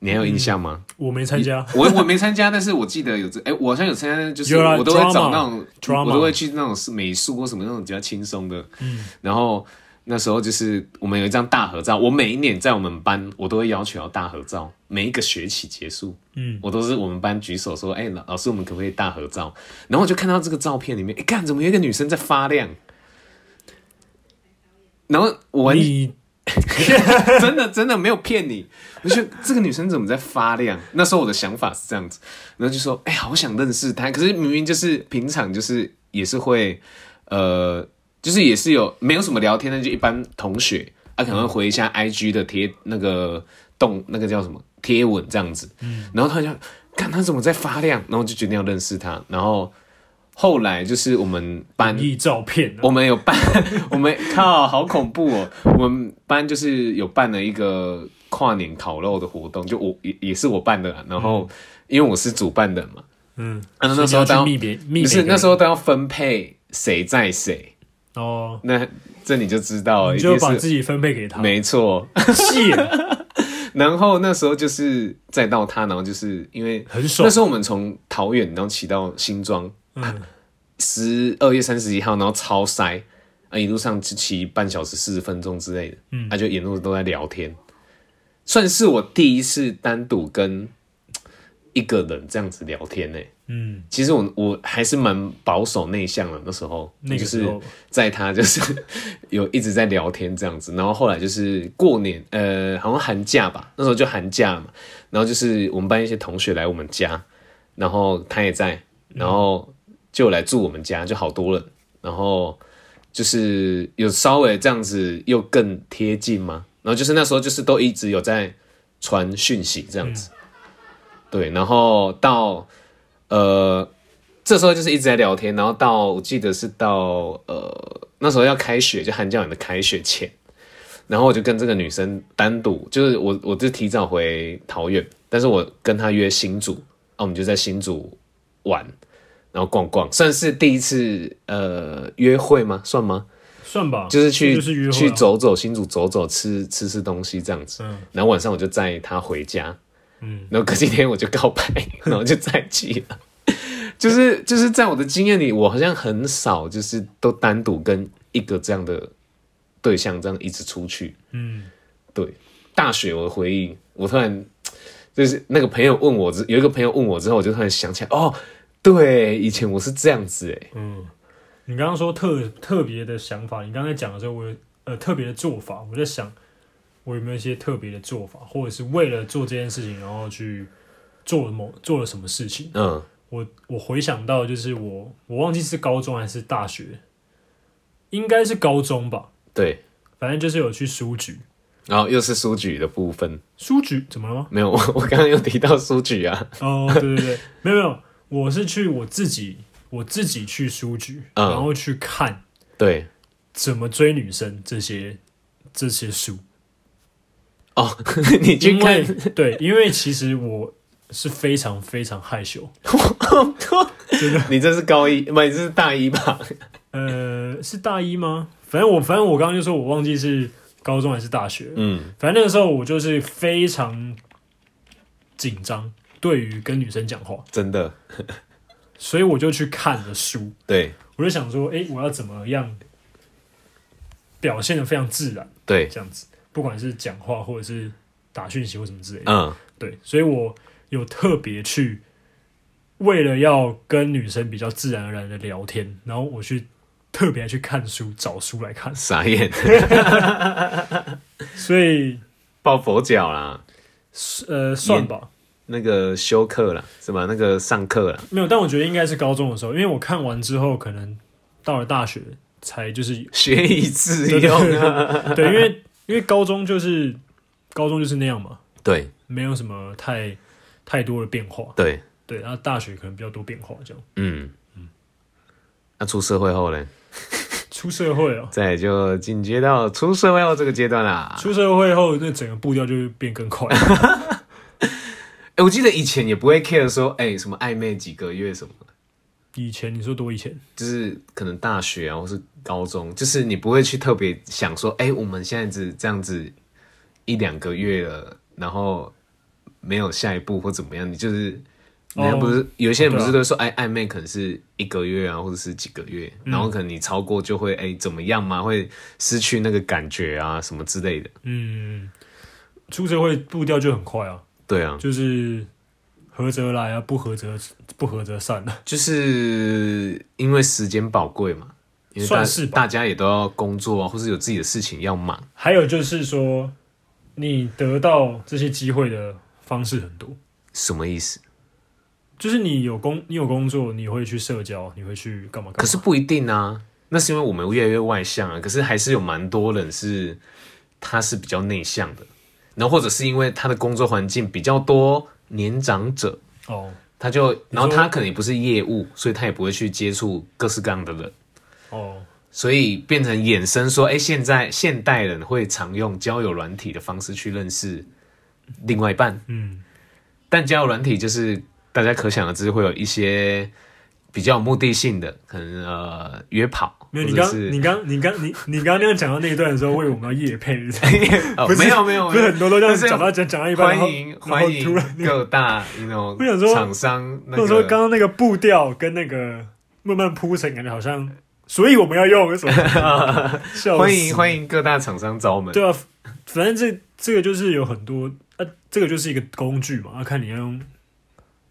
[SPEAKER 1] 你还有印象吗？
[SPEAKER 2] 我没参加。
[SPEAKER 1] 我我没参加，但是我记得有这，哎、我好像有参加，就是
[SPEAKER 2] 有啦
[SPEAKER 1] 我都会找
[SPEAKER 2] drama，
[SPEAKER 1] 那种
[SPEAKER 2] drama
[SPEAKER 1] 我都会去那种是美术或什么那种比较轻松的。嗯，然后那时候就是我们有一张大合照，我每一年在我们班我都会要求要大合照，每一个学期结束，
[SPEAKER 2] 嗯，
[SPEAKER 1] 我都是我们班举手说，哎、老老师我们可不可以大合照？然后我就看到这个照片里面，哎、看怎么有一个女生在发亮。然后我完
[SPEAKER 2] 你
[SPEAKER 1] 真的真的没有骗你，我就觉得这个女生怎么在发亮？那时候我的想法是这样子，然后就说，哎、好想认识她，可是明明就是平常就是也是会，呃，就是也是有没有什么聊天的，就一般同学啊，可能会回一下 IG 的贴那个动那个叫什么贴文这样子，然后他就看她怎么在发亮，然后就决定要认识她，然后后来就是我们班
[SPEAKER 2] 你照片啊，
[SPEAKER 1] 我们有 办，我们靠，好恐怖哦！我们班就是有办了一个跨年烤肉的活动，就我也也是我办的啦，然后因为我是主办人嘛，
[SPEAKER 2] 嗯，
[SPEAKER 1] 啊，
[SPEAKER 2] 所
[SPEAKER 1] 那
[SPEAKER 2] 以
[SPEAKER 1] 时候
[SPEAKER 2] 你要
[SPEAKER 1] 当
[SPEAKER 2] 去密别密
[SPEAKER 1] 不
[SPEAKER 2] 别
[SPEAKER 1] 是
[SPEAKER 2] 人
[SPEAKER 1] 那时候都要分配谁在谁，
[SPEAKER 2] 然后
[SPEAKER 1] 那这你就知道了，
[SPEAKER 2] 哦你
[SPEAKER 1] 一
[SPEAKER 2] 就
[SPEAKER 1] 定
[SPEAKER 2] 把
[SPEAKER 1] 是
[SPEAKER 2] 自己分配给他，
[SPEAKER 1] 没错。
[SPEAKER 2] 戏
[SPEAKER 1] 然后那时候就是再到他，然后就是因为
[SPEAKER 2] 很爽
[SPEAKER 1] 那。时候我们从桃园然后骑到新庄，
[SPEAKER 2] 嗯，
[SPEAKER 1] 十二月三十一号，然后超塞啊，一路上就骑半小时四十分钟之类的，嗯，啊，就沿路都在聊天，算是我第一次单独跟一个人这样子聊天欸呢、
[SPEAKER 2] 嗯，
[SPEAKER 1] 其实我我还是蛮保守内向的，那时候呃
[SPEAKER 2] 那个时候
[SPEAKER 1] 就是在他就是有一直在聊天这样子，然后后来就是过年，呃，好像寒假吧，那时候就寒假嘛，然后就是我们班一些同学来我们家，然后他也在，然后就来住我们家，就好多人，然后就是有稍微这样子又更贴近嘛，然后就是那时候就是都一直有在传讯息这样子，对，然后到呃这时候就是一直在聊天，然后到我记得是到呃那时候要开学，就寒假营的开学前，然后我就跟这个女生单独，就是我我就提早回桃园，但是我跟她约新竹，啊我们就在新竹玩，然后逛逛，算是第一次呃约会吗？算吗？
[SPEAKER 2] 算吧，
[SPEAKER 1] 就是去
[SPEAKER 2] 就是约会啊
[SPEAKER 1] 去走走新竹走走，吃吃吃东西这样子，
[SPEAKER 2] 嗯
[SPEAKER 1] 然后晚上我就载她回家，
[SPEAKER 2] 嗯，
[SPEAKER 1] 然后隔几天我就告白， 然后就在一起了。就是就是在我的经验里，我好像很少就是都单独跟一个这样的对象这样一直出去。
[SPEAKER 2] 嗯，
[SPEAKER 1] 对，大学我回忆，我突然就是那个朋友问我之，有一个朋友问我之后，我就突然想起来，哦，对，以前我是这样子哎，
[SPEAKER 2] 嗯你刚刚说特特别的想法，你刚才讲的时候，我有呃特别的做法，我在想我有没有一些特别的做法，或者是为了做这件事情，然后去做某做了什么事情。
[SPEAKER 1] 嗯
[SPEAKER 2] 我我回想到就是我我忘记是高中还是大学，应该是高中吧，
[SPEAKER 1] 对，
[SPEAKER 2] 反正就是有去书局。
[SPEAKER 1] 然后又是书局的部分，
[SPEAKER 2] 书局怎么了吗？
[SPEAKER 1] 没有，我我刚刚有提到书局 啊，
[SPEAKER 2] 哦，对对对，没有没有，我是去我自己我自己去书局，
[SPEAKER 1] 嗯
[SPEAKER 2] 然后去看
[SPEAKER 1] 对，
[SPEAKER 2] 怎么追女生这些这些书，
[SPEAKER 1] 哦， 你去
[SPEAKER 2] 因
[SPEAKER 1] 看
[SPEAKER 2] 为 对，因为其实我是非常非常害羞，
[SPEAKER 1] 你这是高一，不，你这是大一吧？
[SPEAKER 2] 呃，是大一吗？反正我反正我刚刚就说我忘记是高中还是大学了，
[SPEAKER 1] 嗯，
[SPEAKER 2] 反正那个时候我就是非常紧张，对于跟女生讲话，
[SPEAKER 1] 真的，
[SPEAKER 2] 所以我就去看了书，
[SPEAKER 1] 对
[SPEAKER 2] 我就想说，诶，我要怎么样表现的非常自然，
[SPEAKER 1] 对，
[SPEAKER 2] 这样子，不管是讲话或者是打讯息或什么之类的，
[SPEAKER 1] 嗯
[SPEAKER 2] 对，所以我有特别去为了要跟女生比较自然而然的聊天，然后我去特别去看书，找书来看，
[SPEAKER 1] 傻眼，
[SPEAKER 2] 所以
[SPEAKER 1] 抱佛脚啦，
[SPEAKER 2] 呃，算吧，
[SPEAKER 1] 那个休课啦，是吧？那个上课啦，
[SPEAKER 2] 没有，但我觉得应该是高中的时候，因为我看完之后，可能到了大学才就是
[SPEAKER 1] 学以致
[SPEAKER 2] 对对
[SPEAKER 1] 用啊，
[SPEAKER 2] 对，对因为因为高中就是高中就是那样嘛，
[SPEAKER 1] 对
[SPEAKER 2] 没有什么太太多的变化，
[SPEAKER 1] 对，
[SPEAKER 2] 对，然后大学可能比较多变化，这样
[SPEAKER 1] 嗯那出社会后呢，
[SPEAKER 2] 出社会啊，
[SPEAKER 1] 再来就进阶到出社会后这个阶段啦。
[SPEAKER 2] 出社会后那整个步调就变更快，
[SPEAKER 1] 哎、我记得以前也不会 care 说，哎、什么暧昧几个月什么的，
[SPEAKER 2] 以前你说多以前，
[SPEAKER 1] 就是可能大学啊，或是高中，就是你不会去特别想说，哎、我们现在只这样子一两个月了，然后没有下一步或怎么样，你就是。
[SPEAKER 2] 哦
[SPEAKER 1] 人家不是、有一些人不
[SPEAKER 2] 对啊
[SPEAKER 1] 是都说，哎、暧昧可能是一个月啊，或者是几个月，
[SPEAKER 2] 嗯
[SPEAKER 1] 然后可能你超过就会哎、怎么样嘛，会失去那个感觉啊什么之类的。
[SPEAKER 2] 嗯，出社会步调就很快啊，
[SPEAKER 1] 对啊，
[SPEAKER 2] 就是合则来啊，不合则不合则散啊，
[SPEAKER 1] 就是因为时间宝贵嘛，因为大
[SPEAKER 2] 算是吧
[SPEAKER 1] 大家也都要工作啊，或是有自己的事情要忙。
[SPEAKER 2] 还有就是说，你得到这些机会的方式很多，
[SPEAKER 1] 什么意思？
[SPEAKER 2] 就是你有工，你有工作，你会去社交，你会去干嘛干嘛。
[SPEAKER 1] 可是不一定啊，那是因为我们越来越外向啊。可是还是有蛮多人是他是比较内向的，然后或者是因为他的工作环境比较多年长者，
[SPEAKER 2] 哦
[SPEAKER 1] 他就然后
[SPEAKER 2] 说
[SPEAKER 1] 他可能也不是业务，所以他也不会去接触各式各样的人，
[SPEAKER 2] 哦，
[SPEAKER 1] 所以变成衍生说，哎、现在现代人会常用交友软体的方式去认识另外一半。
[SPEAKER 2] 嗯，
[SPEAKER 1] 但交友软体就是大家可想而知会有一些比较有目的性的，可能呃约跑，
[SPEAKER 2] 没
[SPEAKER 1] 或
[SPEAKER 2] 有，你
[SPEAKER 1] 者
[SPEAKER 2] 刚
[SPEAKER 1] 是
[SPEAKER 2] 你刚你刚你你刚刚那样讲到那一段的时候，为我们要夜配， 你知道吗
[SPEAKER 1] 哦
[SPEAKER 2] 不是
[SPEAKER 1] 没有没有
[SPEAKER 2] 不是很多都这样讲到
[SPEAKER 1] 但是
[SPEAKER 2] 讲讲到一半，然后
[SPEAKER 1] 欢迎
[SPEAKER 2] 然后
[SPEAKER 1] 欢迎
[SPEAKER 2] 突然那个，
[SPEAKER 1] 各大 you know
[SPEAKER 2] 我想说
[SPEAKER 1] 厂商那
[SPEAKER 2] 或者说
[SPEAKER 1] 个
[SPEAKER 2] 刚刚那个步调跟那个慢慢铺陈，感觉好像，所以我们要 用什么？笑死
[SPEAKER 1] 欢迎欢迎各大厂商找我们，
[SPEAKER 2] 对啊，反正这这个就是有很多，啊，这个就是一个工具嘛，啊，看你要用，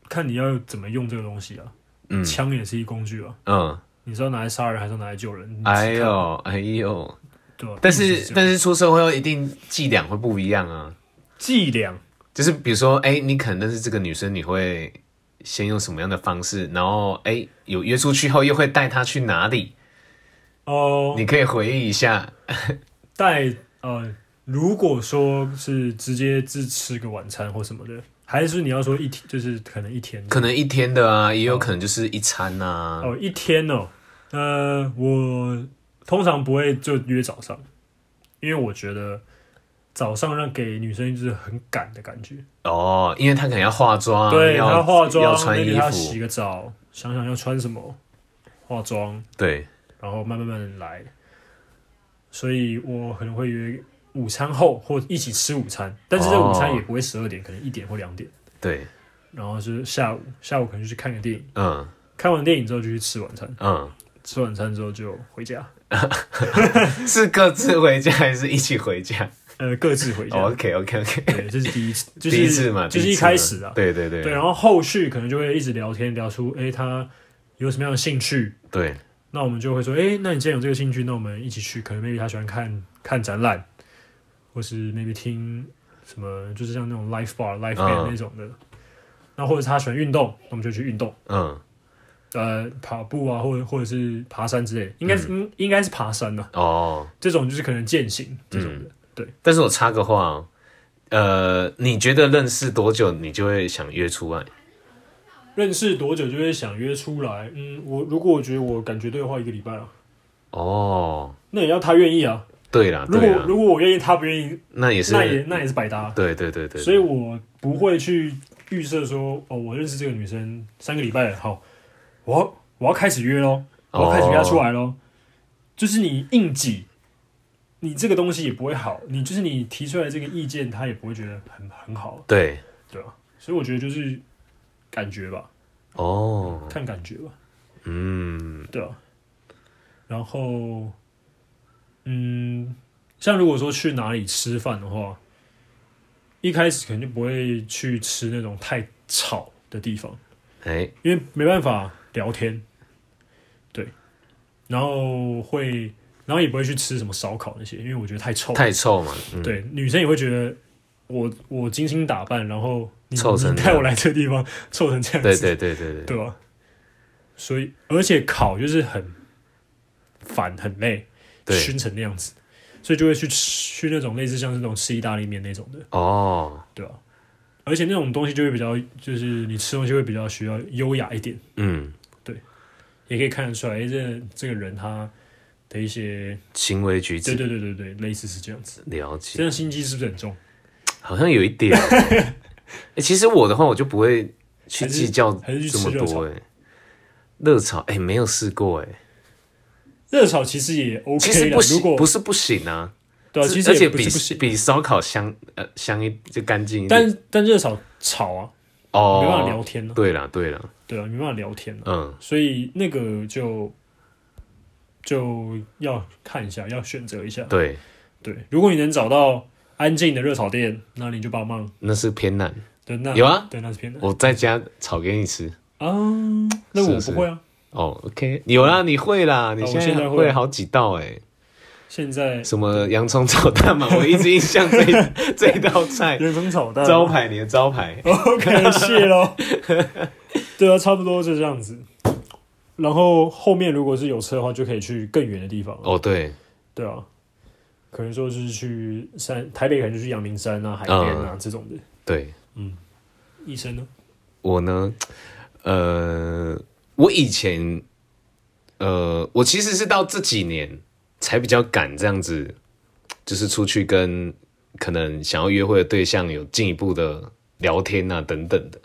[SPEAKER 2] 看你要怎么用这个东西啊。
[SPEAKER 1] 嗯
[SPEAKER 2] 枪也是一工具啊，
[SPEAKER 1] 嗯，
[SPEAKER 2] 你是要拿来杀人还是要拿来救人？
[SPEAKER 1] 哎，呦哎呦，
[SPEAKER 2] 对啊
[SPEAKER 1] 但
[SPEAKER 2] 就是这样
[SPEAKER 1] 但是出社会后一定伎俩会不一样啊，
[SPEAKER 2] 伎俩，
[SPEAKER 1] 就是比如说哎、你可能认识这个女生，你会先用什么样的方式，然后哎、有约出去后又会带她去哪里，
[SPEAKER 2] 哦，
[SPEAKER 1] 你可以回忆一下，
[SPEAKER 2] 带呃，如果说是直接只吃个晚餐或什么的，还是你要说一天，就是可能一天
[SPEAKER 1] 可能一天的啊，也有可能就是一餐啊，
[SPEAKER 2] 哦，一天哦，呃，我通常不会就约早上，因为我觉得早上让给女生就是很赶的感觉，
[SPEAKER 1] 哦，因为她可能要化妆，
[SPEAKER 2] 对，
[SPEAKER 1] 啊要
[SPEAKER 2] 她化妆，
[SPEAKER 1] 要穿
[SPEAKER 2] maybe
[SPEAKER 1] 衣
[SPEAKER 2] 她洗
[SPEAKER 1] 服，
[SPEAKER 2] 个澡，想想要穿什么，化妆，
[SPEAKER 1] 对，
[SPEAKER 2] 然后慢慢慢慢来。所以我可能会约午餐后或一起吃午餐，但是这
[SPEAKER 1] 哦
[SPEAKER 2] 午餐也不会十二点，可能一点或两点，
[SPEAKER 1] 对，
[SPEAKER 2] 然后是下午，下午可能就去看个电影，
[SPEAKER 1] 嗯
[SPEAKER 2] 看完电影之后就去吃晚餐，
[SPEAKER 1] 嗯，
[SPEAKER 2] 吃晚餐之后就回家，
[SPEAKER 1] 是各自回家还是一起回家
[SPEAKER 2] 呃，各自回家。
[SPEAKER 1] ？OK OK OK，
[SPEAKER 2] 对，这是第一次，就是
[SPEAKER 1] 哦第一次嘛，
[SPEAKER 2] 就是
[SPEAKER 1] 第
[SPEAKER 2] 一
[SPEAKER 1] 次嘛
[SPEAKER 2] 开始啊。
[SPEAKER 1] 对对对
[SPEAKER 2] 对，然后后续可能就会一直聊天，聊出诶他有什么样的兴趣，
[SPEAKER 1] 对
[SPEAKER 2] 那我们就会说，诶，那你既然有这个兴趣，那我们一起去。可能 maybe 他喜欢看看展览，或是 maybe 听什么，就是像那种 live bar、live
[SPEAKER 1] 嗯
[SPEAKER 2] band 那种的。那或者是他喜欢运动，那我们就去运动，
[SPEAKER 1] 嗯
[SPEAKER 2] 呃，跑步啊，或者或者是爬山之类的，应该是、
[SPEAKER 1] 嗯
[SPEAKER 2] 应应该是爬山呢、
[SPEAKER 1] 哦，
[SPEAKER 2] 这种就是可能践行这
[SPEAKER 1] 嗯
[SPEAKER 2] 种的。
[SPEAKER 1] 但是我插个话哦，呃，你觉得认识多久你就会想约出来？
[SPEAKER 2] 认识多久就会想约出来？嗯，我如果我觉得我感觉对的话，一个礼拜啊，
[SPEAKER 1] 哦，
[SPEAKER 2] 那也要他愿意啊。
[SPEAKER 1] 对啦
[SPEAKER 2] 如
[SPEAKER 1] 对
[SPEAKER 2] 果
[SPEAKER 1] 啦，
[SPEAKER 2] 如果我愿意，他不愿意，
[SPEAKER 1] 那也是
[SPEAKER 2] 那也那也是百搭。啊
[SPEAKER 1] 对对对对，
[SPEAKER 2] 所以我不会去预设说，哦，我认识这个女生三个礼拜了，好，我要我要开始约喽，
[SPEAKER 1] 哦
[SPEAKER 2] 我要开始约她出来喽。就是你硬挤，你这个东西也不会好，你就是你提出来这个意见，她也不会觉得很很好，
[SPEAKER 1] 对
[SPEAKER 2] 对吧、所以我觉得就是感觉吧，
[SPEAKER 1] 哦，
[SPEAKER 2] 看感觉吧。
[SPEAKER 1] 嗯
[SPEAKER 2] 对啊。然后，嗯，像如果说去哪里吃饭的话，一开始肯定不会去吃那种太吵的地方，
[SPEAKER 1] 哎
[SPEAKER 2] 因为没办法聊天。对，然后会，然后也不会去吃什么烧烤那些，因为我觉得太臭。
[SPEAKER 1] 太臭嘛，嗯
[SPEAKER 2] 对，女生也会觉得我我精心打扮，然后你
[SPEAKER 1] 臭成
[SPEAKER 2] 你
[SPEAKER 1] 这
[SPEAKER 2] 带
[SPEAKER 1] 样
[SPEAKER 2] 我来这个地方，臭成这样子。
[SPEAKER 1] 对对对对对。
[SPEAKER 2] 对吧、所以，而且烤就是很烦、很累，
[SPEAKER 1] 对
[SPEAKER 2] 熏成那样子，所以就会去吃去那种类似像是那种吃意大利面那种的，
[SPEAKER 1] 哦，
[SPEAKER 2] 对吧、而且那种东西就会比较，就是你吃东西会比较需要优雅一点，
[SPEAKER 1] 嗯，
[SPEAKER 2] 也可以看得出来，诶这这个人他的一些，
[SPEAKER 1] 行为举止
[SPEAKER 2] 对对对对对，类似是这样子。
[SPEAKER 1] 了
[SPEAKER 2] 这
[SPEAKER 1] 解，
[SPEAKER 2] 样心机是不是很重？
[SPEAKER 1] 好像有一点。 哎，其实我的话，我就不会去
[SPEAKER 2] 还是
[SPEAKER 1] 计较
[SPEAKER 2] 还是去
[SPEAKER 1] 这么
[SPEAKER 2] 吃热炒
[SPEAKER 1] 多。哎，热炒哎，没有试过哎，
[SPEAKER 2] 热炒其实也 OK
[SPEAKER 1] 其实
[SPEAKER 2] 啦
[SPEAKER 1] 不
[SPEAKER 2] 如
[SPEAKER 1] 行，
[SPEAKER 2] 果
[SPEAKER 1] 不是不行啊，
[SPEAKER 2] 对啊，
[SPEAKER 1] 这
[SPEAKER 2] 其
[SPEAKER 1] 而
[SPEAKER 2] 实也
[SPEAKER 1] 且
[SPEAKER 2] 不
[SPEAKER 1] 比
[SPEAKER 2] 是不行，
[SPEAKER 1] 比烧烤香呃香一就干净一点。
[SPEAKER 2] 但但热炒吵啊，
[SPEAKER 1] 哦，
[SPEAKER 2] 没办法聊天呢、啊，
[SPEAKER 1] 对啦对啦，
[SPEAKER 2] 对啊，没办法聊天呢、
[SPEAKER 1] 嗯，
[SPEAKER 2] 所以那个就就要看一下，要选择一下。
[SPEAKER 1] 对，
[SPEAKER 2] 对，如果你能找到安静的热炒店，那你就帮忙。
[SPEAKER 1] 那是偏难。
[SPEAKER 2] 对，那
[SPEAKER 1] 有啊，
[SPEAKER 2] 对，那是偏的
[SPEAKER 1] 我在家炒给你吃。
[SPEAKER 2] 啊。那我
[SPEAKER 1] 是
[SPEAKER 2] 不会啊，
[SPEAKER 1] 哦，OK，有啦，你会啦，你
[SPEAKER 2] 嗯哦我
[SPEAKER 1] 现
[SPEAKER 2] 现在
[SPEAKER 1] 在
[SPEAKER 2] 会啊
[SPEAKER 1] 会好几道哎，
[SPEAKER 2] 现在
[SPEAKER 1] 什么洋葱炒蛋嘛，我一直印象这一 这一道 菜。
[SPEAKER 2] 人中炒蛋
[SPEAKER 1] 招牌，你的招牌
[SPEAKER 2] OK，谢 喽。对啊，差不多就这样子。然后后面如果是有车的话，就可以去更远的地方了。
[SPEAKER 1] 哦，对，
[SPEAKER 2] 对啊，可能说是去山台北，可能就去阳明山啊、海边啊、
[SPEAKER 1] 嗯
[SPEAKER 2] 这种的。
[SPEAKER 1] 对
[SPEAKER 2] 医生呢？
[SPEAKER 1] 我呢，呃，我以前，呃，我其实是到这几年才比较敢这样子，就是出去跟可能想要约会的对象有进一步的聊天啊等等的。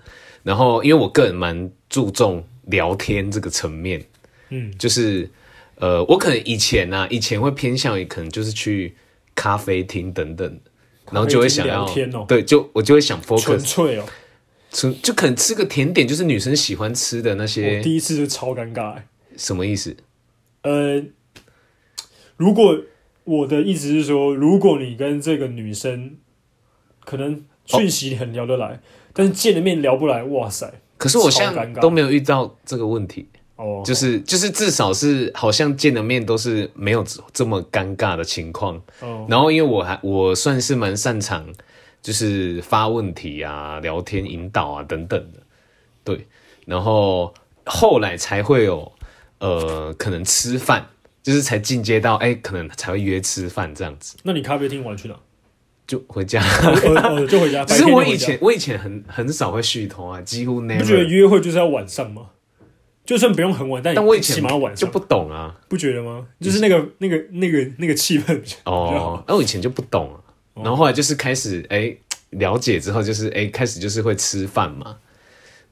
[SPEAKER 1] 然后，因为我个人蛮注重聊天这个层面，
[SPEAKER 2] 嗯，
[SPEAKER 1] 就是呃，我可能以前呢、啊，以前会偏向于可能就是去咖啡厅等等，然后就会想要
[SPEAKER 2] 咖啡厅聊天哦
[SPEAKER 1] 对，就我就会想
[SPEAKER 2] 纯
[SPEAKER 1] focus，
[SPEAKER 2] 粹哦、
[SPEAKER 1] 纯就可能吃个甜点，就是女生喜欢吃的那
[SPEAKER 2] 我
[SPEAKER 1] 些，
[SPEAKER 2] 哦第一次就超尴尬、欸。
[SPEAKER 1] 什么意思？
[SPEAKER 2] 呃，如果我的意思是说，如果你跟这个女生可能讯息很聊得来，但是见了面聊不来，哇塞，
[SPEAKER 1] 可是我现
[SPEAKER 2] 超
[SPEAKER 1] 在
[SPEAKER 2] 尴尬
[SPEAKER 1] 都没有遇到这个问题，
[SPEAKER 2] 哦，
[SPEAKER 1] 就是就是至少是好像见了面都是没有这么尴尬的情况。
[SPEAKER 2] 哦，
[SPEAKER 1] 然后因为我还我算是蛮擅长，就是发问题啊、聊天引导啊等等的，对。然后后来才会有呃，可能吃饭，就是才进阶到哎、可能才会约吃饭这样子，
[SPEAKER 2] 那你咖啡厅 玩去哪？
[SPEAKER 1] 就回家。
[SPEAKER 2] 哦哦，就回家。
[SPEAKER 1] 只
[SPEAKER 2] 白
[SPEAKER 1] 是
[SPEAKER 2] 天就
[SPEAKER 1] 我
[SPEAKER 2] 回家
[SPEAKER 1] 以前我以前很 很少会续头啊，几乎
[SPEAKER 2] 你不觉得
[SPEAKER 1] never。
[SPEAKER 2] 约会就是要晚上吗？就算不用很晚，但
[SPEAKER 1] 但我以
[SPEAKER 2] 起
[SPEAKER 1] 前
[SPEAKER 2] 码要晚
[SPEAKER 1] 就
[SPEAKER 2] 上，
[SPEAKER 1] 不懂啊，
[SPEAKER 2] 不觉得吗？就是那个那个那个那个气氛比较比较好哦
[SPEAKER 1] 哦，那我以前就不懂啊，然后后来就是开始哎、了解之后，就是哎、开始就是会吃饭嘛，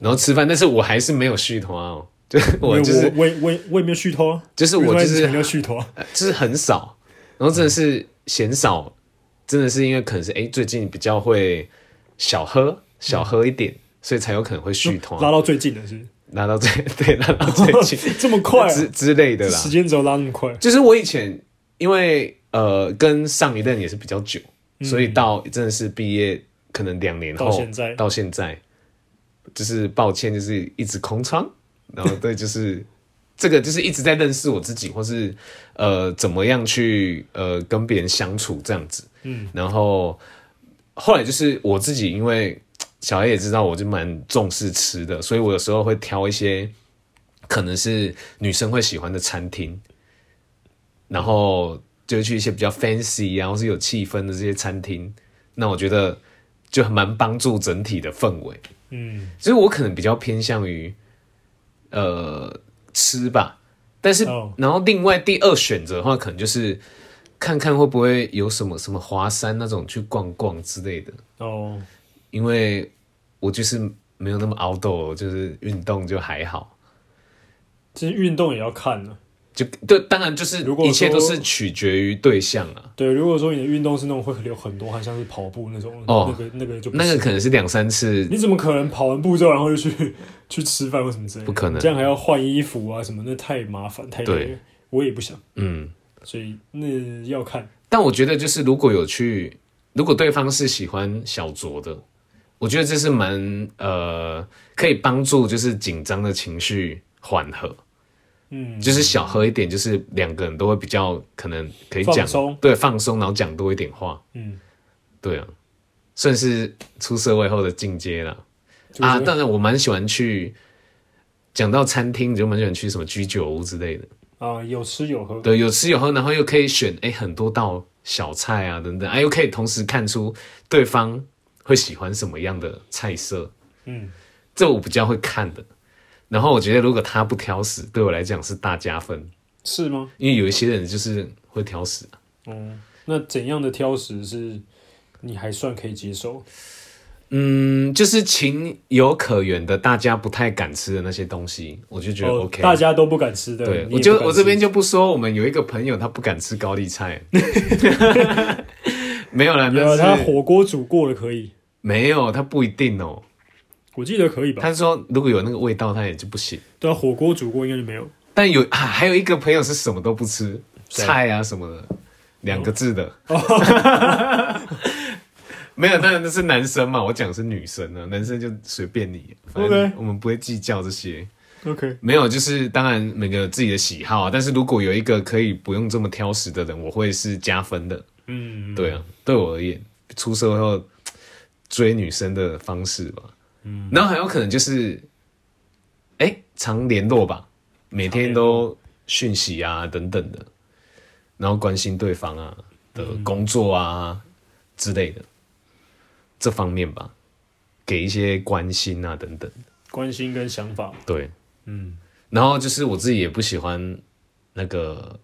[SPEAKER 1] 然后吃饭，但是我还是没有续团哦，就我
[SPEAKER 2] 没有
[SPEAKER 1] 就是
[SPEAKER 2] 我我我也我也没有续托啊，
[SPEAKER 1] 就是我
[SPEAKER 2] 为
[SPEAKER 1] 就是
[SPEAKER 2] 什么要强调续托啊，
[SPEAKER 1] 呃就是很少，然后真的是嫌少，真的是因为可能是哎、最近比较会小喝小喝一点，所以才有可能会续团
[SPEAKER 2] 嗯拉到最近的是
[SPEAKER 1] 拉到最 对拉到最近
[SPEAKER 2] 这么 快啊，
[SPEAKER 1] 之之类的啦，
[SPEAKER 2] 时间轴拉那么快，
[SPEAKER 1] 就是我以前因为呃跟上一任也是比较久，所以到真的是毕业可能两年后
[SPEAKER 2] 到现在
[SPEAKER 1] 到现在就是抱歉，就是一直空窗，然后对，就是这个就是一直在认识我自己，或是呃怎么样去呃跟别人相处这样子，嗯，然后后来就是我自己，因为小孩也知道我就蛮重视吃的，所以我有时候会挑一些可能是女生会喜欢的餐厅，然后就去一些比较 fancy 啊，或是有气氛的这些餐厅。那我觉得就蛮帮助整体的氛围。
[SPEAKER 2] 嗯，
[SPEAKER 1] 所以我可能比较偏向于呃吃吧，但是、
[SPEAKER 2] 哦
[SPEAKER 1] 然后另外第二选择的话，可能就是看看会不会有什么什么华山那种去逛逛之类的，
[SPEAKER 2] 哦，
[SPEAKER 1] 因为我就是没有那么 outdoor，就是运动就还好。
[SPEAKER 2] 其实运动也要看啊呢。
[SPEAKER 1] 就对，当然就是
[SPEAKER 2] 如果
[SPEAKER 1] 一切都
[SPEAKER 2] 说
[SPEAKER 1] 是取决于对象啊，
[SPEAKER 2] 对，如果说你的运动是那种会流很多汗，像是跑步那种，
[SPEAKER 1] 哦
[SPEAKER 2] 那个那个就不
[SPEAKER 1] 那
[SPEAKER 2] 是
[SPEAKER 1] 个可能是两三次
[SPEAKER 2] 你怎么可能跑完步之后，然后就去 去吃饭或什么之类的？
[SPEAKER 1] 不可能
[SPEAKER 2] 这样还要换衣服啊什么，那太麻烦太累
[SPEAKER 1] 对
[SPEAKER 2] 了。我也不想，
[SPEAKER 1] 嗯，
[SPEAKER 2] 所以那要看
[SPEAKER 1] 但我觉得就是如果有去，如果对方是喜欢小酌的，我觉得这是蛮呃可以帮助就是紧张的情绪缓和，
[SPEAKER 2] 嗯，
[SPEAKER 1] 就是小喝一点，就是两个人都会比较可能可以
[SPEAKER 2] 放
[SPEAKER 1] 讲
[SPEAKER 2] 松
[SPEAKER 1] 对放松，然后讲多一点话，
[SPEAKER 2] 嗯，
[SPEAKER 1] 对啊，算是出社会后的进阶了
[SPEAKER 2] 就是
[SPEAKER 1] 啊。当然我蛮喜欢去。讲到餐厅，就蛮喜欢去什么居酒屋之类的，
[SPEAKER 2] 啊，有吃有喝，
[SPEAKER 1] 对，有吃有喝，然后又可以选哎、诶很多道小菜啊等等，哎、又可以同时看出对方会喜欢什么样的菜色，
[SPEAKER 2] 嗯，
[SPEAKER 1] 这我比较会看的。然后我觉得如果他不挑食，对我来讲是大加分，
[SPEAKER 2] 是吗？
[SPEAKER 1] 因为有一些人就是会挑食啊，
[SPEAKER 2] 嗯，那怎样的挑食是你还算可以接受？
[SPEAKER 1] 嗯，就是情有可原的，大家不太敢吃的那些东西，我就觉得
[SPEAKER 2] 哦
[SPEAKER 1] OK。
[SPEAKER 2] 大家都不敢吃的，
[SPEAKER 1] 对，
[SPEAKER 2] 你也
[SPEAKER 1] 我就
[SPEAKER 2] 不敢
[SPEAKER 1] 我这
[SPEAKER 2] 吃
[SPEAKER 1] 边就不说，我们有一个朋友他不敢吃高丽菜， 没有啦，
[SPEAKER 2] 有啊，
[SPEAKER 1] 那
[SPEAKER 2] 他
[SPEAKER 1] 是
[SPEAKER 2] 火锅煮过了可以，
[SPEAKER 1] 没有，他不一定哦、
[SPEAKER 2] 我记得可以吧？
[SPEAKER 1] 他说如果有那个味道，他也就不行。
[SPEAKER 2] 对啊，火锅煮过应该就没有，
[SPEAKER 1] 但有啊，还有一个朋友是什么都不吃，
[SPEAKER 2] 谁
[SPEAKER 1] 菜啊什么的，两个字的。
[SPEAKER 2] 哦
[SPEAKER 1] 没有，当然那是男生嘛，我讲的是女生啊，男生就随便你，反
[SPEAKER 2] OK
[SPEAKER 1] 正我们不会计较这些。
[SPEAKER 2] OK，
[SPEAKER 1] 没有，就是当然每个有自己的喜好啊，但是如果有一个可以不用这么挑食的人，我会是加分的。
[SPEAKER 2] 嗯，
[SPEAKER 1] 对啊，对我而言，出社会后追女生的方式吧。嗯，然后还有可能就是，哎、常联络吧，每天都讯息啊等等的，然后关心对方啊的工作啊、之类的，这方面吧，给一些关心啊等等。
[SPEAKER 2] 关心跟想法，
[SPEAKER 1] 对，
[SPEAKER 2] 嗯，
[SPEAKER 1] 然后就是我自己也不喜欢那个